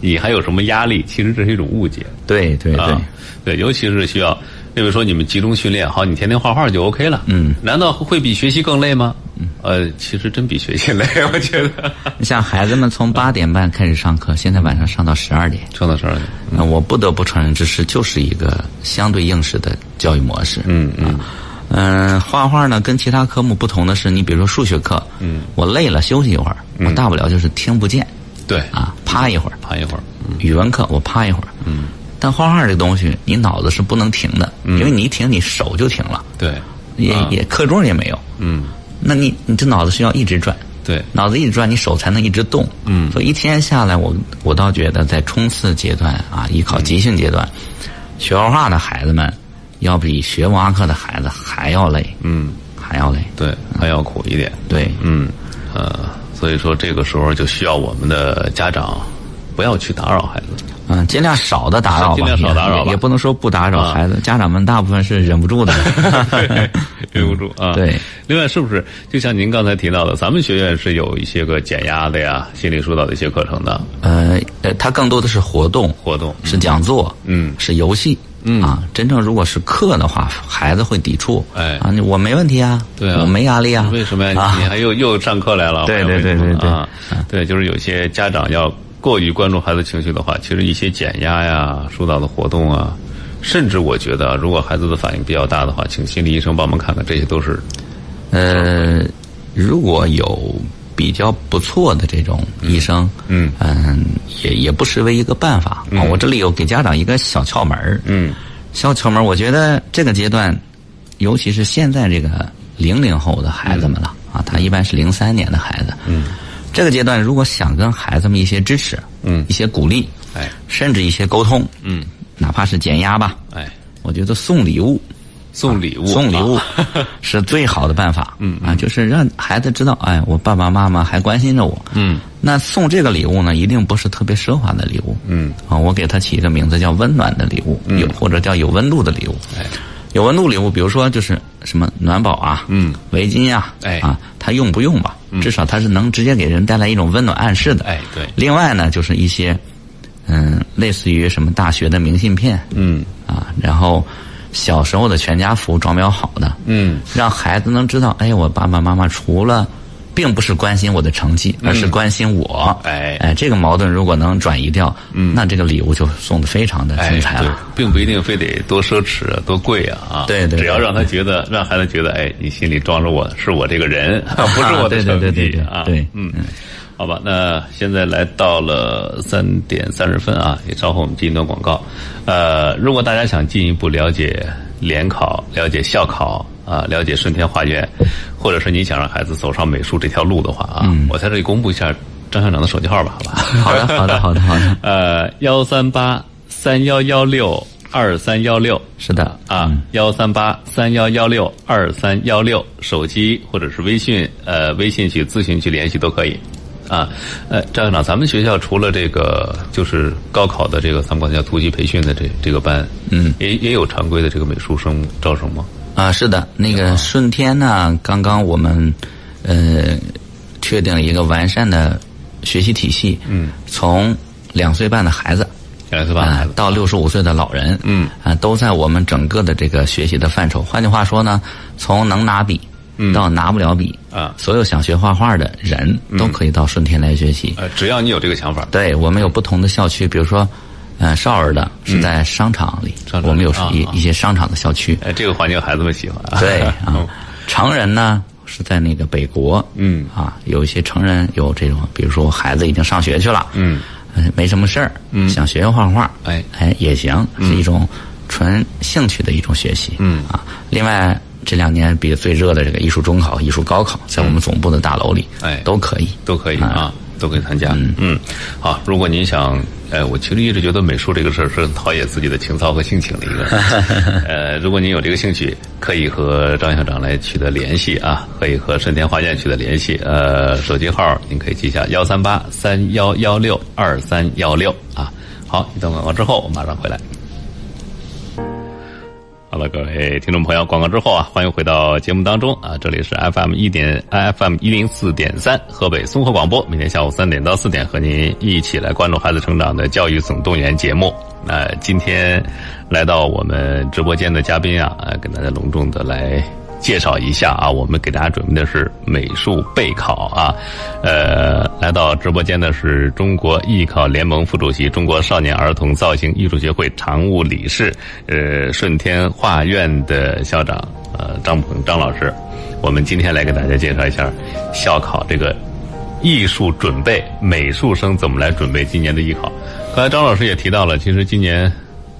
S1: 你还有什么压力？其实这是一种误解
S2: 对对对
S1: 啊，对，尤其是需要。那位说你们集中训练，好，你天天画画就 OK 了。嗯，难道会比学习更累吗？呃，其实真比学习累，我觉 得。
S2: 你像孩子们从八点半开始上课，现在晚上上到十二点，
S1: 程老师，
S2: 那我不得不承认，这是就是一个相对应试的教育模式。
S1: 嗯嗯
S2: 嗯、画画呢跟其他科目不同的是，你比如说数学课，嗯，我累了休息一会儿，
S1: 嗯
S2: 我大不了就是听不见
S1: 对，
S2: 啊，趴一会儿；
S1: 盘一会儿，
S2: 语文课我趴一会儿，嗯。但画画这东西，你脑子是不能停的，
S1: 嗯
S2: 因为你一停，你手就停了，
S1: 对，
S2: 也、
S1: 啊
S2: 也课钟也没有，
S1: 嗯，
S2: 那你你这脑子需要一直转，
S1: 对，
S2: 脑子一直转，你手才能一直动。嗯，所以一天下来，我我倒觉得在冲刺阶段啊，
S1: 嗯
S2: 艺考集训阶段，学画画的孩子们要比学文化课的孩子还要累。嗯，还要累。
S1: 对，还要苦一点。
S2: 对，
S1: 嗯，呃，所以说这个时候就需要我们的家长不要去打扰孩 子。
S2: 嗯，尽量少的打扰吧，
S1: 尽量少打扰吧啊
S2: 也也不能说不打扰孩子，家长们大部分是忍不住的。
S1: 忍不住啊。
S2: 对。
S1: 另外，是不是就像您刚才提到的，咱们学院是有一些个减压的呀、心理疏导的一些课程的
S2: 呃，呃，它更多的是活动，
S1: 活动？
S2: 是讲座，
S1: 嗯
S2: 是游戏，嗯啊，真正如果是课的话，孩子会抵触，
S1: 哎
S2: 啊，你我没问题啊，
S1: 对啊
S2: 我没压力啊，
S1: 为什么呀？
S2: 啊
S1: 你还又又上课来了？
S2: 对
S1: 我也
S2: 对
S1: 没
S2: 对对对
S1: 啊，对，就是有些家长要过于关注孩子情绪的话，其实一些减压呀、疏导的活动啊，甚至我觉得啊，如果孩子的反应比较大的话，请心理医生帮忙看看，这些都是
S2: 呃，如果有比较不错的这种医生，呃
S1: 嗯
S2: 也也不失为一个办法、啊。我这里有给家长一个小窍门儿
S1: 嗯
S2: 小窍门儿我觉得这个阶段，尤其是现在这个零零后的孩子们了、
S1: 嗯
S2: 啊，他一般是零三年的孩子，嗯，这个阶段如果想跟孩子们一些支持，
S1: 嗯
S2: 一些鼓励，
S1: 哎
S2: 甚至一些沟通，
S1: 嗯，
S2: 哪怕是减压吧，
S1: 哎，
S2: 我觉得送礼物，
S1: 送礼物，
S2: 送礼物
S1: 啊
S2: 是最好的办法。嗯啊，就是让孩子知道，哎，我爸爸妈妈还关心着我。
S1: 嗯，
S2: 那送这个礼物呢，一定不是特别奢华的礼物。
S1: 嗯
S2: 啊，我给他起一个名字叫温暖的礼物，有或者叫有温度的礼物。
S1: 哎，
S2: 有温度礼物，比如说就是什么暖宝啊，
S1: 嗯，
S2: 围巾啊，
S1: 哎
S2: 啊，他用不用吧？至少他是能直接给人带来一种温暖暗示的。
S1: 哎对
S2: 另外呢，就是一些，嗯，类似于什么大学的明信片，
S1: 嗯
S2: 啊，然后小时候的全家福装裱好的，
S1: 嗯，
S2: 让孩子能知道，哎，我爸爸妈妈除了。并不是关心我的成绩，而是关心我。
S1: 嗯哎
S2: 哎，这个矛盾如果能转移掉，嗯，那这个礼物就送的非常的
S1: 哎
S2: 精彩
S1: 对
S2: 了。，
S1: 并不一定非得多奢侈啊，多贵啊啊，
S2: 对对对
S1: 只要让他觉得， 让孩子觉得，哎，你心里装着我是我这个人， 不是我的
S2: 对
S1: 成
S2: 对
S1: 绩
S2: 对对对
S1: 啊，
S2: 对
S1: 嗯，好吧，那现在来到了三点三十分啊，也稍后我们进一段广告。呃，如果大家想进一步了解联考、了解校考啊、了解顺天画院，或者是你想让孩子走上美术这条路的话啊，我在这里公布一下张校长的手机号吧，好 吧？
S2: 嗯 好的，好的，好的，好的。
S1: 呃，幺三八三幺幺六二三幺六
S2: 是的，嗯
S1: 啊，幺三八三幺幺六二三幺六，手机或者是微信，呃，微信去咨询去联系都可以。啊，呃，张校长，咱们学校除了这个就是高考的这个，咱们管它叫突击培训的这这个班，嗯，也也有常规的这个美术生招生吗？
S2: 啊，是的，那个顺天呢，刚刚我们呃确定了一个完善的学习体系，嗯，从两岁半的孩子
S1: 两岁半的
S2: 啊
S1: 孩子，
S2: 到六十五岁的老人，
S1: 嗯
S2: 啊，都在我们整个的这个学习的范畴。换句话说呢，从能拿笔到拿不了笔
S1: 嗯啊嗯
S2: 所有想学画画的人都可以到顺天来学习。
S1: 呃，只要你有这个想法，
S2: 对我们有不同的校区，比如说，呃，少儿的是在商场里，
S1: 嗯商场
S2: 我们有
S1: 啊
S2: 一、
S1: 啊
S2: 一些商场的校区，
S1: 哎，这个环境孩子们喜欢啊。
S2: 对啊
S1: 嗯，
S2: 成人呢是在那个北国，
S1: 嗯
S2: 啊，有一些成人有这种，比如说我孩子已经上学去了，
S1: 嗯
S2: 呃，没什么事儿，嗯，想学学画画，
S1: 哎
S2: 哎也行，是一种纯兴趣的一种学习，
S1: 嗯
S2: 啊，另外。这两年比最热的这个艺术中考、艺术高考，在我们总部的大楼里，
S1: 哎
S2: 都可以，
S1: 都可以啊
S2: 啊。
S1: 都可以参加。嗯好，如果您想，呃，我其实一直觉得美术这个事儿是很陶冶自己的情操和性情的一个事儿。呃，如果您有这个兴趣，可以和张校长来取得联系啊，可以和顺天画院取得联系。呃，手机号您可以记一下：幺三八三幺幺六二三幺六啊。好，一段广告之后，我马上回来。好了，各位听众朋友，广告之后啊，欢迎回到节目当中啊，这里是 FM 一点 FM 一零四点三河北综合广播，每天下午三点到四点和您一起来关注孩子成长的教育总动员节目。那、今天来到我们直播间的嘉宾啊，呃，给大家隆重的来介绍一下啊，我们给大家准备的是美术备考啊，呃，来到直播间的是中国艺考联盟副主席、中国少年儿童造型艺术学会常务理事，呃，顺天画院的校长呃张鹏张老师。我们今天来给大家介绍一下校考这个艺术准备，美术生怎么来准备今年的艺考。刚才张老师也提到了，其实今年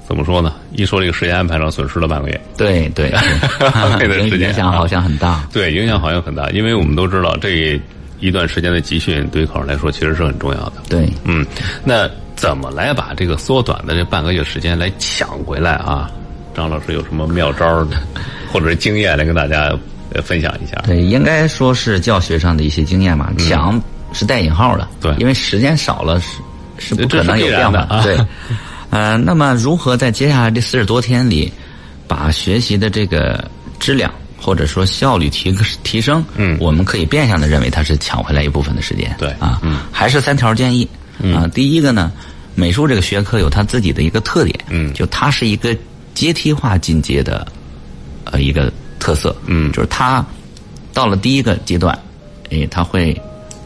S1: 怎么说呢？一说这个时间安排上损失了半个月。
S2: 对对，
S1: 那段
S2: 对
S1: 时间
S2: 影响好像很大。
S1: 对，影响好像很大，因为我们都知道这一段时间的集训对于考生来说其实是很重要的。
S2: 对，
S1: 嗯，那怎么来把这个缩短的这半个月时间来抢回来啊？张老师有什么妙招儿呢， 或者是经验来跟大家呃分享一下？
S2: 对，应该说是教学上的一些经验吧。抢是带引号的，
S1: 嗯对
S2: 因为时间少了是是不
S1: 这
S2: 可
S1: 是
S2: 能有
S1: 必
S2: 变
S1: 然的
S2: 化
S1: 啊
S2: 对， 呃，那么如何在接下来这四十多天里，把学习的这个质量或者说效率提个提升？嗯，我们可以变相的认为它是抢回来一部分的时间。
S1: 对嗯
S2: 啊，嗯，还是三条建议。啊，第一个呢，美术这个学科有它自己的一个特点，嗯，就它是一个阶梯化进阶的呃一个特色，嗯，就是它到了第一个阶段，哎，它会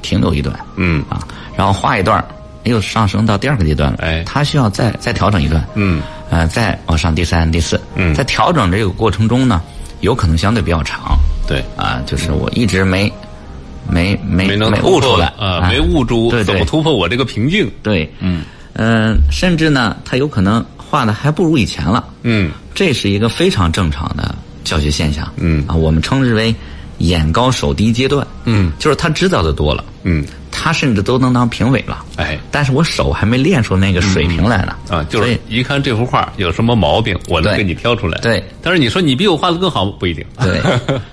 S2: 停留一段，
S1: 嗯
S2: 啊，然后画一段儿，又上升到第二个阶段了，
S1: 哎
S2: 它需要再再调整一段，
S1: 嗯，
S2: 呃，再往上第三、第四，嗯，在调整这个过程中呢，有可能相对比较长，
S1: 对，
S2: 啊，就是我一直没没没
S1: 没能
S2: 悟
S1: 突
S2: 出
S1: 破
S2: 来
S1: 啊，没悟住
S2: 对
S1: 怎么
S2: 对
S1: 突破我这个瓶颈？
S2: 对，嗯，呃，甚至呢，他有可能画的还不如以前了，
S1: 嗯，
S2: 这是一个非常正常的教学现象，
S1: 嗯
S2: 啊，我们称之为眼高手低阶段，
S1: 嗯，
S2: 就是他知道的多了，
S1: 嗯，
S2: 他甚至都能当评委了，
S1: 哎
S2: 但是我手还没练出那个水平来呢，
S1: 啊，就
S2: 所
S1: 是
S2: 以
S1: 一看这幅画有什么毛病，我能
S2: 对
S1: 给你挑出来。
S2: 对
S1: 但是你说你比我画的更好，不一定。
S2: 对，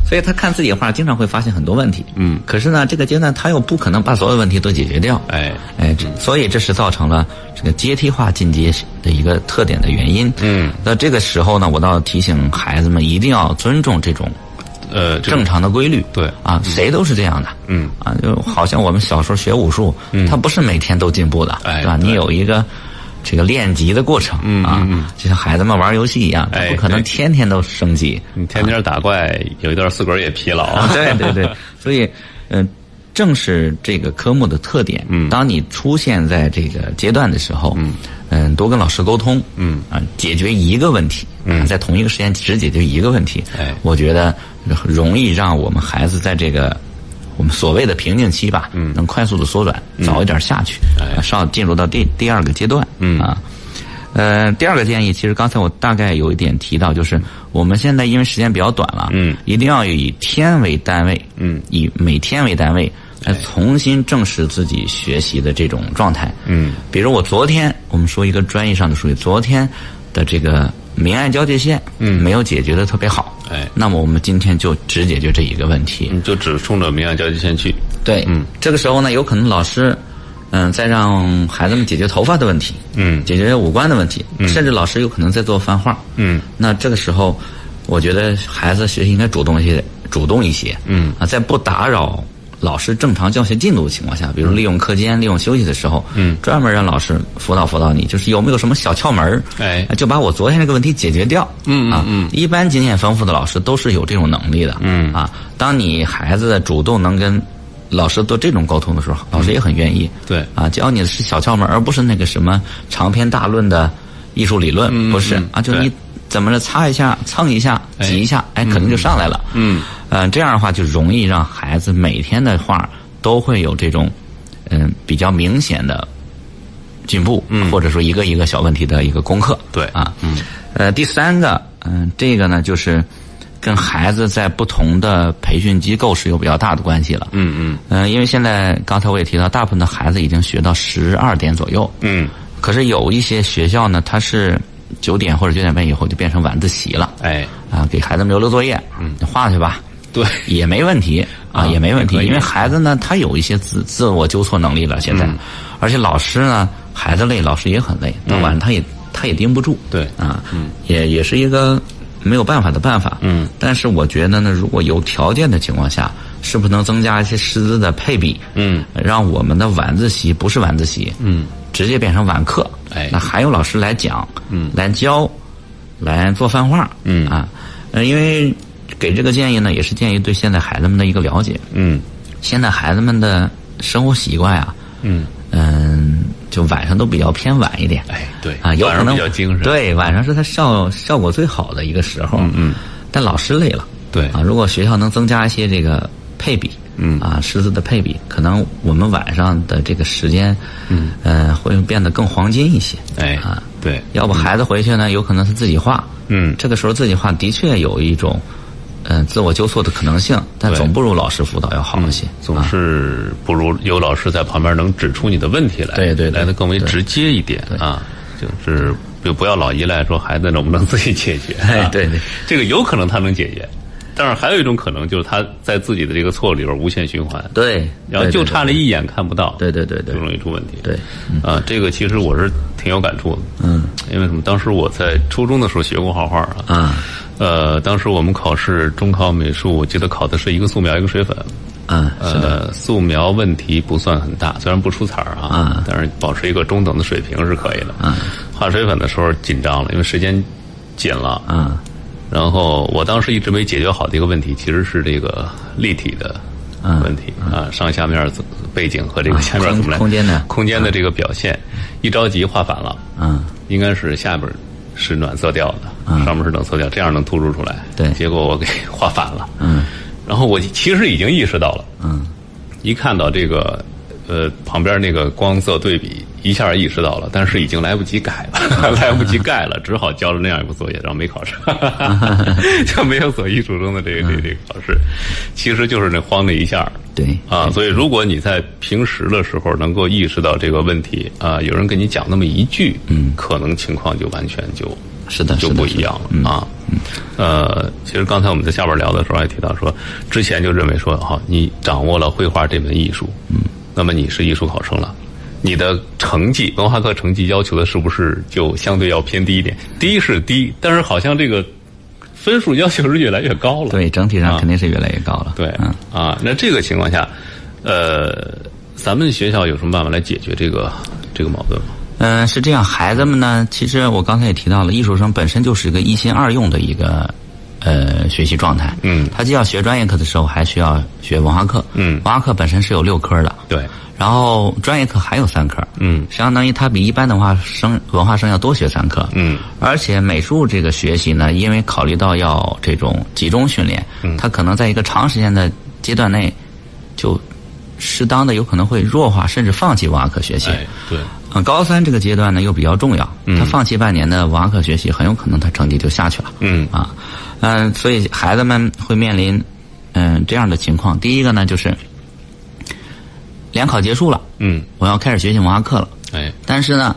S2: 所以他看自己画，经常会发现很多问题。嗯，可是呢，这个阶段他又不可能把所有问题都解决掉。
S1: 哎
S2: 哎，这所以这是造成了这个阶梯化进阶的一个特点的原因。嗯，那这个时候呢，我倒提醒孩子们一定要尊重这种
S1: 呃，这
S2: 正常的规律。
S1: 对
S2: 啊，谁都是这样的。
S1: 嗯
S2: 啊，就好像我们小时候学武术，它不是每天都进步的，
S1: 哎
S2: 对吧？
S1: 对嗯
S2: 你有一个这个练级的过程啊，就像孩子们玩游戏一样，他
S1: 哎
S2: 不可能
S1: 对
S2: 天天都 升级。
S1: 你天天打怪，有一段自个儿也疲劳。
S2: 啊， 对对对，所以，嗯、正是这个科目的特点。嗯，当你出现在这个阶段的时候，嗯，嗯、多跟老师沟通，嗯，啊，解决一个问题，嗯，在同一个时间只解决一个问题，
S1: 哎
S2: 我觉得容易让我们孩子在这个。我们所谓的瓶颈期吧，嗯，能快速的缩短，早一点下去，啊上进入到第第二个阶段，嗯啊，呃，第二个建议，其实刚才我大概有一点提到，就是我们现在因为时间比较短了，
S1: 嗯，
S2: 一定要以天为单位，嗯，以每天为单位来重新正视自己学习的这种状态，嗯，比如我昨天，我们说一个专业上的术语，昨天的这个明暗交界线，嗯，没有解决的特别好，
S1: 哎
S2: 那么我们今天就只解决这一个问题，
S1: 你就只冲着明阳交际线去。
S2: 对，嗯，这个时候呢，有可能老师，嗯、在让孩子们解决头发的问题，
S1: 嗯
S2: 解决五官的问题，甚至老师有可能在做泛化，
S1: 嗯，
S2: 那这个时候，我觉得孩子学习应该主动一些，主动一些，嗯，啊，在不打扰老师正常教学进度的情况下，比如利用课间、利用休息的时候，嗯，专门让老师辅导辅导你，就是有没有什么小窍门儿
S1: 哎
S2: 就把我昨天这个问题解决掉。嗯啊，嗯，一般经验丰富的老师都是有这种能力的。嗯啊，当你孩子主动能跟老师做这种沟通的时候，老师也很愿意。
S1: 对
S2: 啊，教你的是小窍门，而不是那个什么长篇大论的艺术理论，不是、啊，
S1: 嗯
S2: 就
S1: 对
S2: 你怎么着擦一下、蹭一下、
S1: 哎
S2: 挤一下，哎，可能就上来了。嗯，呃，这样的话就容易让孩子每天的画都会有这种嗯、比较明显的进步，或者说一个一个小问题的一个功课。
S1: 嗯对
S2: 呃啊，嗯，呃，第三个，嗯、这个呢就是跟孩子在不同的培训机构是有比较大的关系了。
S1: 嗯嗯
S2: 嗯、因为现在刚才我也提到，大部分的孩子已经学到十二点左右，
S1: 嗯，
S2: 可是有一些学校呢，它是九点或者九点半以后就变成晚自习了。
S1: 哎，
S2: 啊，给孩子们留留作业，嗯，画去吧，
S1: 对，
S2: 也没问题啊，
S1: 啊
S2: 也没问题，
S1: 可以
S2: 因为孩子呢，他有一些自自我纠错能力了，现在，
S1: 嗯
S2: 而且老师呢，孩子累，老师也很累，到晚上他也、他也盯不住，
S1: 对嗯
S2: 啊，也也是一个没有办法的办法，嗯，但是我觉得呢，如果有条件的情况下，是不是能增加一些师资的配比，
S1: 嗯，
S2: 让我们的晚自习不是晚自习，嗯，直接变成晚课，
S1: 哎
S2: 那还有老师来讲，嗯，来教，来做泛化，
S1: 嗯
S2: 啊，呃，因为给这个建议呢，也是建议对现在孩子们的一个了解。
S1: 嗯
S2: 现在孩子们的生活习惯啊，
S1: 嗯，
S2: 嗯，就晚上都比较偏晚一点，
S1: 哎，对
S2: 啊，有
S1: 晚
S2: 可
S1: 上
S2: 能
S1: 比较精神，
S2: 对，晚上是他效效果最好的一个时候，嗯
S1: 嗯
S2: 但老师累了，
S1: 对
S2: 啊，如果学校能增加一些这个配比，
S1: 嗯
S2: 啊，师资的配比，可能我们晚上的这个时间，嗯，呃，会变得更黄金一些，
S1: 哎
S2: 啊，
S1: 对，
S2: 要不孩子回去呢，有可能他自己画，
S1: 嗯
S2: 这个时候自己画的确有一种，呃，自我纠错的可能性，但
S1: 对嗯
S2: 总不如老师辅导要好一些。啊
S1: 总是不如有老师在旁边能指出你的问题来，
S2: 对对对
S1: 来的更为直接一点啊，就是就不要老依赖说孩子能不能自己解决，
S2: 哎
S1: 啊
S2: 对对，
S1: 这个有可能他能解决，但是还有一种可能就是他在自己的这个错里边无限循环，
S2: 对，
S1: 然后
S2: 对
S1: 就
S2: 对
S1: 差了一眼看不到，
S2: 对对对对
S1: 就容易出问题，
S2: 对，
S1: 啊，这个其实我是挺有感触的，
S2: 嗯，
S1: 因为什么？当时我在初中的时候学过画画啊，
S2: 啊
S1: 呃，当时我们考试中考美术，我记得考的是一个素描一个水粉，
S2: 啊是的，
S1: 呃，素描问题不算很大，虽然不出彩儿啊，
S2: 啊
S1: 但是保持一个中等的水平是可以的。画水粉的时候紧张了，因为时间紧了。
S2: 啊
S1: 然后我当时一直没解决好的一个问题，其实是这个立体的问题啊，上下面怎背景和这个下面
S2: 啊空
S1: 怎么来
S2: 空间的
S1: 空间的这个表现，一着急画反了，
S2: 啊
S1: 应该是下边是暖色调的，上面是冷色调，这样能突出出来。
S2: 嗯对
S1: 结果我给画反了。
S2: 嗯
S1: 然后我其实已经意识到了，
S2: 嗯
S1: 一看到这个呃旁边那个光色对比，一下意识到了，但是已经来不及改 了，来不及盖了，只好交了那样一个作业，然后没考上，就没有所艺术中的这个这个这个考试，其实就是那慌的一下儿。
S2: 对
S1: 啊，所以如果你在平时的时候能够意识到这个问题啊，有人跟你讲那么一句，嗯，可能情况就完全就是
S2: 的
S1: 就是
S2: 的
S1: 不
S2: 是
S1: 一
S2: 的
S1: 样了啊。呃，其实刚才我们在下边聊的时候还提到说，之前就认为说，好，你掌握了绘画这门艺术，嗯，那么你是艺术考生了。你的成绩，文化课成绩要求的是不是就相对要偏低一点？低是低，但是好像这个分数要求是越来越高了。
S2: 对，整体上肯定是越来越高了。
S1: 啊对
S2: 嗯，
S1: 啊，那这个情况下，呃，咱们学校有什么办法来解决这个这个矛盾吗？
S2: 嗯，是这样，孩子们呢，其实我刚才也提到了，艺术生本身就是一个一心二用的一个呃学习状态。
S1: 嗯
S2: 他既要学专业课的时候，还需要学文化课。
S1: 嗯
S2: 文化课本身是有六科的。
S1: 对，
S2: 然后专业课还有三科，
S1: 嗯，
S2: 相当于他比一般的文化生文化生要多学三科，
S1: 嗯，
S2: 而且美术这个学习呢，因为考虑到要这种集中训练，嗯，他可能在一个长时间的阶段内，就适当的有可能会弱化甚至放弃文化课学习，
S1: 哎，对，
S2: 嗯，高三这个阶段呢又比较重要，他放弃半年的文化课学习，很有可能他成绩就下去了。
S1: 嗯
S2: 啊，嗯、所以孩子们会面临嗯、这样的情况。第一个呢就是联考结束了，
S1: 嗯，
S2: 我要开始学习文化课了，
S1: 哎，
S2: 但是呢，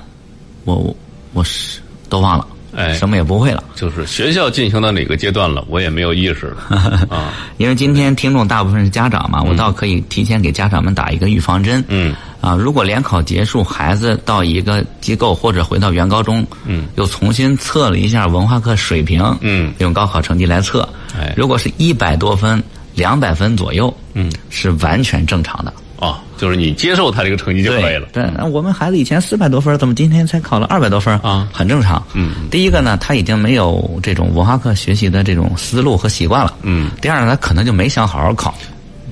S2: 我我我是都忘了，
S1: 哎
S2: 什么也不会了。
S1: 就是学校进行到哪个阶段了，我也没有意识 了啊。
S2: 因为今天听众大部分是家长嘛，我倒可以提前给家长们打一个预防针。
S1: 嗯，
S2: 啊，如果联考结束，孩子到一个机构或者回到原高中，嗯，又重新测了一下文化课水平，
S1: 嗯，
S2: 用高考成绩来测，
S1: 哎
S2: 如果是一百多分、两百分左右，嗯，是完全正常的。
S1: 哦，就是你接受他这个成绩就可以了。
S2: 对，那我们孩子以前四百多分儿，怎么今天才考了二百多分儿
S1: 啊
S2: 很正常。嗯，第一个呢，他已经没有这种文化课学习的这种思路和习惯了。
S1: 嗯，
S2: 第二呢，他可能就没想好好考。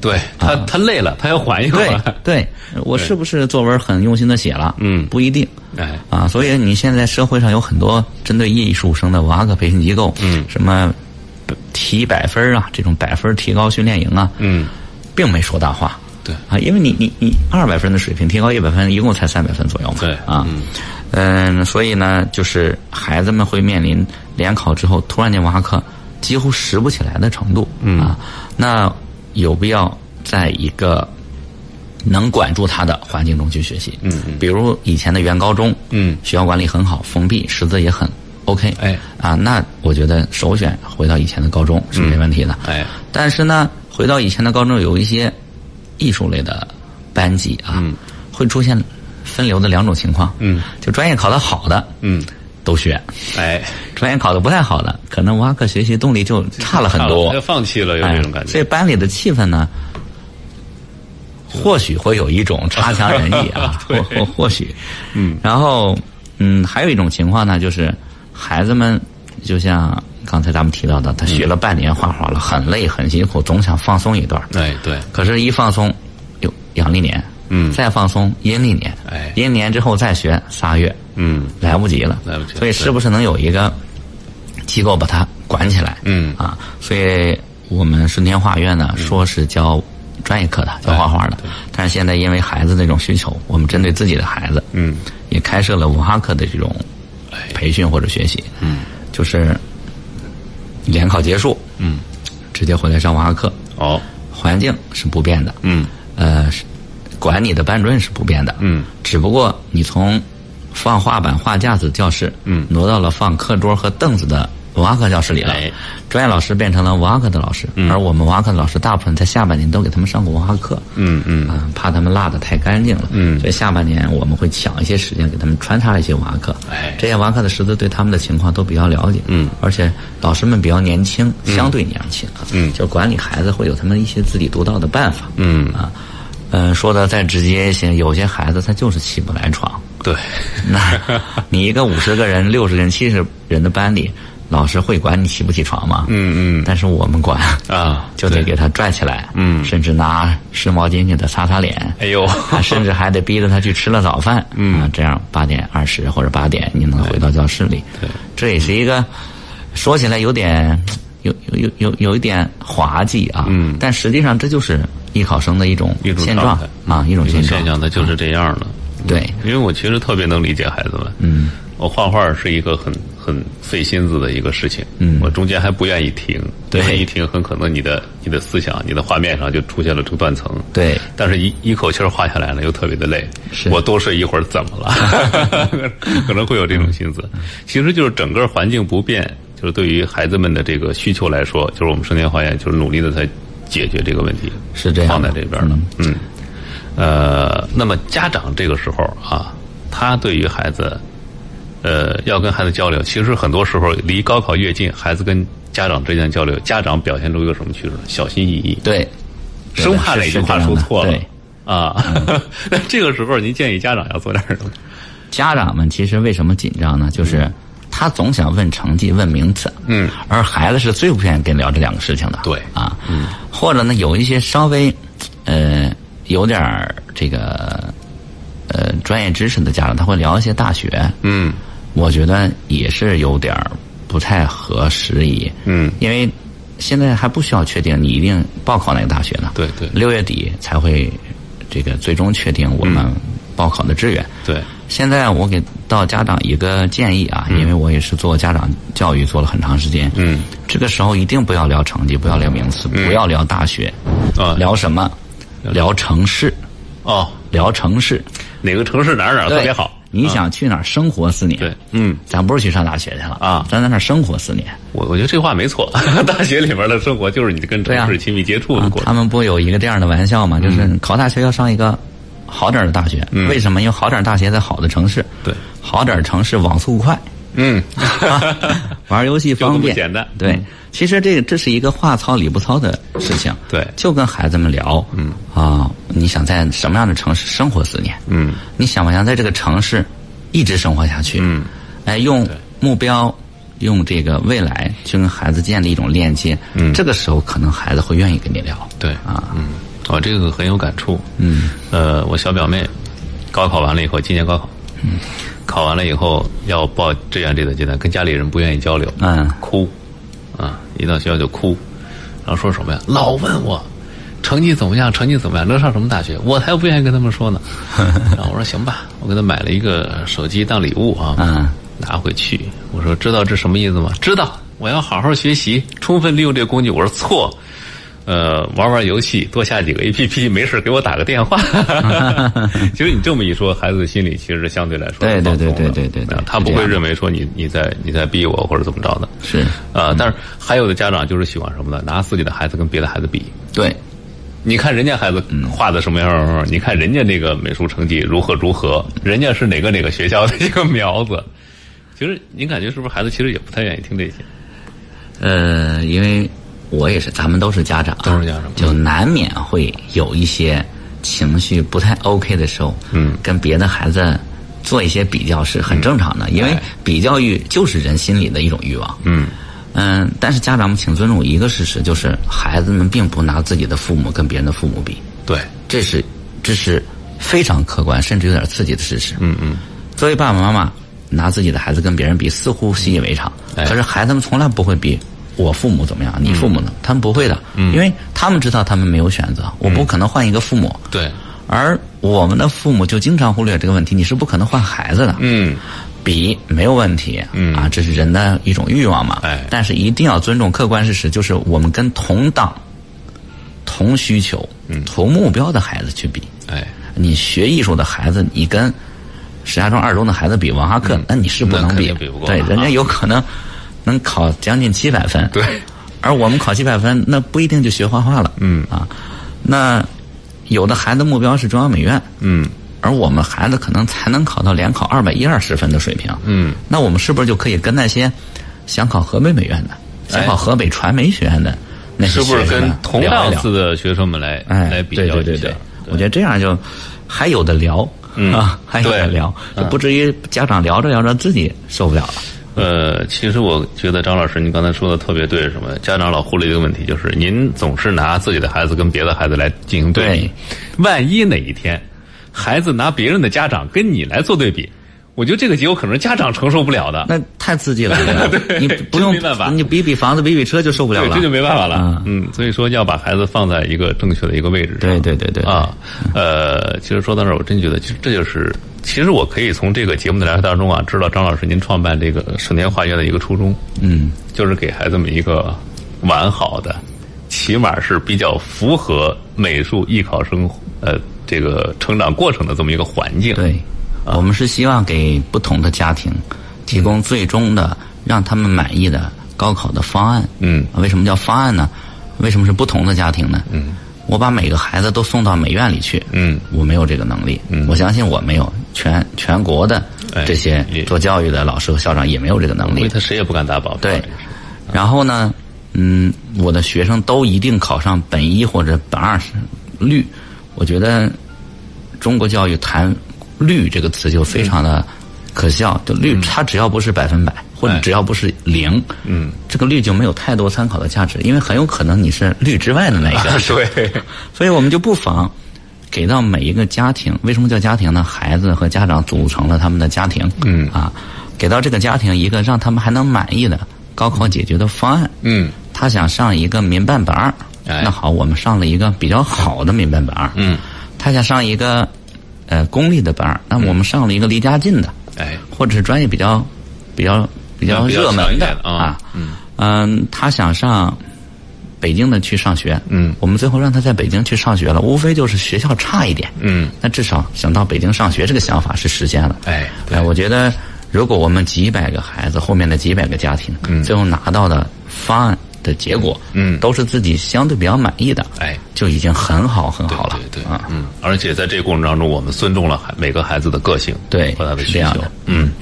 S1: 对他，他累了，他要缓一
S2: 对
S1: 缓。
S2: 对，我是不是作文很用心的写了？
S1: 嗯
S2: 不一定。
S1: 哎，
S2: 啊，所以你现在社会上有很多针对艺术生的文化课培训机构，嗯，什么提百分儿啊，这种百分儿提高训练营啊，
S1: 嗯，
S2: 并没说大话，
S1: 对
S2: 啊，因为你你你二百分的水平提高一百分，一共才三百分左右嘛，
S1: 对
S2: 啊，嗯嗯、所以呢，就是孩子们会面临联考之后突然间文化课几乎拾不起来的程度。嗯啊，那有必要在一个能管住他的环境中去学习。嗯嗯，比如以前的原高中，
S1: 嗯，
S2: 学校管理很好，封闭，师资也很 OK。
S1: 哎，
S2: 啊，那我觉得首选回到以前的高中是没问题的。
S1: 哎，
S2: 但是呢，回到以前的高中，有一些艺术类的班级啊，会出现分流的两种情况。
S1: 嗯，
S2: 就专业考得好的，
S1: 嗯，
S2: 都学；
S1: 哎，
S2: 专业考得不太好的，可能挖课学习动力就差了很多。
S1: 他就放弃了，有这种感
S2: 哎
S1: 觉。
S2: 所以班里的气氛呢，或许会有一种差强人意 啊，或或或许，嗯，然后嗯，还有一种情况呢，就是孩子们就像刚才咱们提到的，他学了半年画画了，很累很辛苦，总想放松一段儿，
S1: 哎，对，
S2: 可是，一放松，有阳历年，
S1: 嗯
S2: 再放松阴历年，
S1: 哎
S2: 阴年之后再学仨月，
S1: 嗯，
S2: 来不及了，
S1: 来不及了
S2: 所以是不是能有一个机构把它管起来？
S1: 嗯
S2: 啊，所以我们顺天画院呢，说是教专业课的，教画画的，但是现在因为孩子这种需求，我们针对自己的孩子，
S1: 嗯，
S2: 也开设了文化课的这种
S1: 哎，
S2: 培训或者学习，嗯，就是联考结束，
S1: 嗯，
S2: 直接回来上文化课，
S1: 哦，
S2: 环境是不变的，
S1: 嗯，
S2: 呃，是管你的班主任是不变的，
S1: 嗯，
S2: 只不过你从放画板、画架子教室，
S1: 嗯
S2: 挪到了放课桌和凳子的文化课教室里了。
S1: 哎
S2: 专业老师变成了文化课的老师，而我们文化课的老师大部分在下半年都给他们上过文化课，
S1: 嗯嗯
S2: 啊、怕他们落得太干净了，
S1: 嗯
S2: 所以下半年我们会抢一些时间给他们穿插一些文化课，
S1: 哎
S2: 这些文化课的师资对他们的情况都比较了解，
S1: 嗯，
S2: 而且老师们比较年轻，相对年轻啊，
S1: 嗯
S2: 就管理孩子会有他们一些自己独到的办法，
S1: 嗯
S2: 啊，呃，说的再直接一些，有些孩子他就是起不来床，
S1: 对，
S2: 那你一个五十个人、六十人、七十人的班里，老师会管你起不起床吗？
S1: 嗯
S2: 但是我们管
S1: 嗯，啊，
S2: 就得给他拽起来，
S1: 嗯
S2: 甚至拿湿毛巾给他擦擦脸，
S1: 哎 呦
S2: 啊甚至还得逼着他去吃了早饭，嗯，啊，这样八点二十或者八点你能回到教室里，
S1: 对
S2: 这也是一个说起来有点有有有有有一点滑稽啊，
S1: 嗯
S2: 但实际上这就是艺考生的一种
S1: 一种
S2: 现
S1: 状
S2: 状
S1: 态
S2: 啊，一种
S1: 这
S2: 现
S1: 个
S2: 状
S1: 现，象它就是这样了。
S2: 对，
S1: 因为我其实特别能理解孩子们。嗯，我画画是一个很很费心思的一个事情。嗯，我中间还不愿意停，
S2: 对
S1: 因为一停很可能你的你的思想、你的画面上就出现了这个断层。
S2: 对
S1: 但是一一口气儿画下来了，又特别的累。
S2: 是
S1: 我多睡一会儿怎么了？ 可能会有这种心
S2: 嗯
S1: 思。其实就是整个环境不变，就是对于孩子们的这个需求来说，就是我们生天画院就是努力的在解决这个问题。
S2: 是这样
S1: 放
S2: 的
S1: 在这边了。嗯，呃，那么家长这个时候啊，他对于孩子，呃，要跟孩子交流，其实很多时候离高考越近，孩子跟家长之间的交流，家长表现出一个什么趋势？小心翼翼，
S2: 对，对
S1: 生怕
S2: 是
S1: 哪句
S2: 是这
S1: 话
S2: 样
S1: 说
S2: 的
S1: 错了
S2: 对。
S1: 啊， 那这个时候您建议家长要做点什么？
S2: 家长们其实为什么紧张呢？就是他总想问成绩、问名次，
S1: 嗯，
S2: 而孩子是最不愿意跟你聊这两个事情的，
S1: 对
S2: 啊，嗯，或者呢，有一些稍微呃有点儿这个呃专业知识的家长，他会聊一些大学，
S1: 嗯
S2: 我觉得也是有点儿不太合时宜，
S1: 嗯，
S2: 因为现在还不需要确定你一定报考哪个大学呢，
S1: 对对
S2: 六月底才会这个最终确定我
S1: 嗯
S2: 们报考的志愿，
S1: 对，
S2: 现在我给到家长一个建议啊，因为我也是做家长教育做了很长时间。
S1: 嗯，
S2: 这个时候一定不要聊成绩，不要聊名次，不要聊大学，
S1: 啊
S2: 聊什么？聊城市，
S1: 哦，
S2: 聊城市
S1: 哪个城市哪儿啊哪儿特别好？
S2: 你想去哪儿生活四年？
S1: 对，嗯，
S2: 咱不是去上大学去了
S1: 啊
S2: 咱在那儿生活四年。
S1: 我我觉得这话没错。 大学里边的生活就是你跟
S2: 对
S1: 城
S2: 啊
S1: 市亲密接触的
S2: 啊
S1: 过程。嗯
S2: 他们不有一个这样的玩笑吗？就是考大学要上一个好点儿的大学，为什么？因为好点儿大学在好的城市，
S1: 对，
S2: 好点儿城市网速快，
S1: 嗯，
S2: 玩游戏方
S1: 就这么
S2: 便，
S1: 简单嗯
S2: 对，其实这个这是一个话糙理不糙的事情。
S1: 对
S2: 就跟孩子们聊，嗯啊，你想在什么样的城市生活四年？
S1: 嗯，
S2: 你想不想在这个城市一直生活下去？
S1: 嗯，
S2: 哎，用目标，用这个未来去跟孩子建立一种链接。嗯，这个时候可能孩子会愿意跟你聊。
S1: 对
S2: 啊，
S1: 嗯，我这个很有感触。
S2: 嗯，
S1: 呃，我小表妹高考完了以后，今年高考，嗯，考完了以后要报志愿这个阶段，跟家里人不愿意交流，
S2: 嗯
S1: 哭，啊，一到学校就哭，然后说什么呀？老问我成绩怎么样，成绩怎么样，能上什么大学？我才不愿意跟他们说呢。 然后我说行吧，我给他买了一个手机当礼物啊，
S2: 嗯，
S1: 拿回去，我说知道这什么意思吗？知道，我要好好学习，充分利用这个工具。我说错，呃，玩玩游戏，多下几个 A P P，没事给我打个电 话。 其实你这么一说，孩子的心里其实相对来说是
S2: 对对
S1: 放松
S2: 对
S1: 的
S2: 对对对对
S1: 啊他
S2: 是
S1: 不
S2: 这
S1: 会
S2: 样
S1: 认为说你你在你在逼我或者怎么着的。
S2: 是
S1: 啊，但是还有的家长就是喜欢什么呢？拿自己的孩子跟别的孩子比，
S2: 对，
S1: 你看人家孩子画的什么样儿、你看人家那个美术成绩如何如何，人家是哪个哪个学校的一个苗子。其实您感觉是不是孩子其实也不太愿意听这些？
S2: 呃，因为我也是，咱们都是家长啊，
S1: 都是家长嗯
S2: 就难免会有一些情绪不太 OK 的时候，
S1: 嗯
S2: 跟别的孩子做一些比较是很正常的，因为比较欲就是人心里的一种欲望，
S1: 哎嗯
S2: 嗯，但是家长们请尊重一个事实，就是孩子们并不拿自己的父母跟别人的父母比，
S1: 对，
S2: 这是这是非常客观，甚至有点刺激的事实。
S1: 嗯嗯，
S2: 作为爸爸妈妈，拿自己的孩子跟别人比，似乎习以为常。
S1: 哎
S2: 可是孩子们从来不会比我父母怎么样，你父母呢？
S1: 嗯
S2: 他们不会的，因为他们知道他们没有选择，我不可能换一个父母。
S1: 对，
S2: 而我们的父母就经常忽略这个问题，你是不可能换孩子的。
S1: 嗯，
S2: 比没有问题，
S1: 嗯
S2: 啊，这是人的一种欲望嘛。
S1: 哎
S2: 但是一定要尊重客观事实，就是我们跟同档、同需求、同目标的孩子去比。
S1: 哎，
S2: 你学艺术的孩子，你跟石家庄二中的孩子比王哈克，那你是不
S1: 嗯那
S2: 能
S1: 肯
S2: 比，
S1: 定比不过
S2: 对，
S1: 啊
S2: 人家有可能能考将近七百分，
S1: 对，
S2: 而我们考七百分，那不一定就学画画了，
S1: 嗯
S2: 啊，那有的孩子目标是中央美院，
S1: 嗯
S2: 而我们孩子可能才能考到联考二百一二十分的水平，
S1: 嗯，
S2: 那我们是不是就可以跟那些想考河北美院的、想考
S1: 哎
S2: 河北传媒学院的那些
S1: 是不是
S2: 学生
S1: 跟
S2: 们
S1: 同
S2: 聊一
S1: 档
S2: 聊
S1: 次的学生们来
S2: 哎，
S1: 来比
S2: 对
S1: 较
S2: 对
S1: 一
S2: 对
S1: 下
S2: 对？，我觉得这样就还有的聊、
S1: 嗯
S2: 啊，还有的
S1: 对
S2: 聊，就不至于家长聊着聊着自己受不了了。
S1: 呃，其实我觉得张老师，您刚才说的特别对，什么家长老忽略一个问题，就是您总是拿自己的孩子跟别的孩子来进行对比，万一哪一天孩子拿别人的家长跟你来做对比，我觉得这个结果可能是家长承受不了的，
S2: 那太 刺激了，对吧你不
S1: 真
S2: 用
S1: 没办法
S2: 你比比房子、比比车就受不了
S1: 对，
S2: 了
S1: 这。就没办法了
S2: 啊。
S1: 嗯，所以说要把孩子放在一个正确的一个位置上。
S2: 对对对对，
S1: 啊，呃，其实说到这儿，我真觉得，其实这就是，其实我可以从这个节目的来源当中啊，知道张老师您创办这个盛田画院的一个初衷，
S2: 嗯，
S1: 就是给孩子们一个完好的，起码是比较符合美术艺考生呃这个成长过程的这么一个环境。
S2: 对，
S1: 呃
S2: 我们是希望给不同的家庭提供
S1: 嗯
S2: 最终的让他们满意的高考的方案。
S1: 嗯
S2: 啊，为什么叫方案呢？为什么是不同的家庭呢？嗯，我把每个孩子都送到美院里去。
S1: 嗯，
S2: 我没有这个能力。嗯，我相信我没有，全全国的
S1: 哎
S2: 这些
S1: 也
S2: 做教育的老师和校长也没有这个能
S1: 因
S2: 力
S1: 为。他谁也不敢打保票。
S2: 对，然后呢，嗯，我的学生都一定考上本一或者本二率，我觉得中国教育谈“率”这个词就非常的可笑，就率它只要不是百分百，或者
S1: 哎
S2: 只要不是零，嗯，这个率就没有太多参考的价值，因为很有可能你是率之外的那一个，
S1: 对，
S2: 所以我们就不妨给到每一个家庭。为什么叫家庭呢？孩子和家长组成了他们的家庭，
S1: 嗯
S2: 啊，给到这个家庭一个让他们还能满意的高考解决的方案。
S1: 嗯，
S2: 他想上一个民办本二，
S1: 哎
S2: 那好，我们上了一个比较好的民办本二。
S1: 嗯，
S2: 他想上一个呃公立的本二，那我们上了一个离家近的。
S1: 哎，
S2: 或者是专业比较比较比较
S1: 比较
S2: 热
S1: 强一
S2: 门
S1: 点的啊
S2: 啊，嗯，他想上北京的去上学，
S1: 嗯
S2: 我们最后让他在北京去上学了，无非就是学校差一点，
S1: 嗯，
S2: 那至少想到北京上学这个想法是实现了，
S1: 哎对
S2: 哎，我觉得如果我们几百个孩子后面的几百个家庭，嗯，最后拿到的方案的结果，
S1: 嗯
S2: 都是自己相对比较满意的，
S1: 哎
S2: 就已经很好很
S1: 对
S2: 好了，
S1: 对对，
S2: 啊，
S1: 嗯，而且在这个过程当中，我们尊重了孩每个孩子的个性，
S2: 对
S1: 和他的需
S2: 是这样
S1: 求
S2: 的，
S1: 嗯，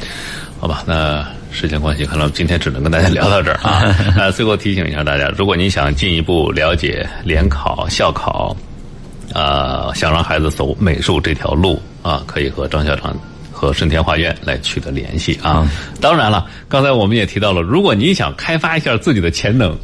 S1: 好吧，那时间关系，可能今天只能跟大家聊到这儿 啊。呃，最后提醒一下大家，如果您想进一步了解联考、校考，呃，想让孩子走美术这条路啊，可以和张校长。和顺天画院来取得联系
S2: 嗯
S1: 啊！当然了，刚才我们也提到了，如果您想开发一下自己的潜能，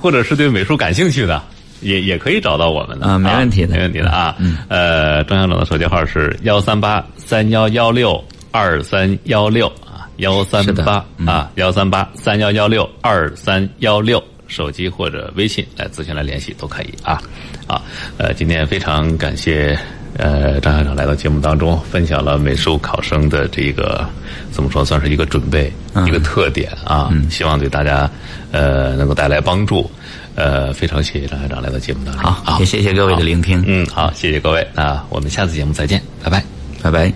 S1: 或者是对美术感兴趣的，也也可以找到我们的
S2: 啊没问题的
S1: 没问题的啊。
S2: 嗯
S1: 呃，张校长的手机号是幺三八三幺幺六二三幺六啊，幺三
S2: 是
S1: 八
S2: 的嗯
S1: 啊，幺三八三幺幺六二三幺六。手机或者微信来咨询来联系都可以啊，啊，呃，今天非常感谢呃，张校长来到节目当中，分享了美术考生的这个怎么说，算是一个准备，
S2: 嗯
S1: 一个特点啊。希望对大家呃能够带来帮助。呃，非常谢谢张校长来到节目当中。
S2: 嗯好，也谢谢各位的聆听，
S1: 嗯，好，谢谢各位，那我们下次节目再见，拜拜。
S2: 拜拜。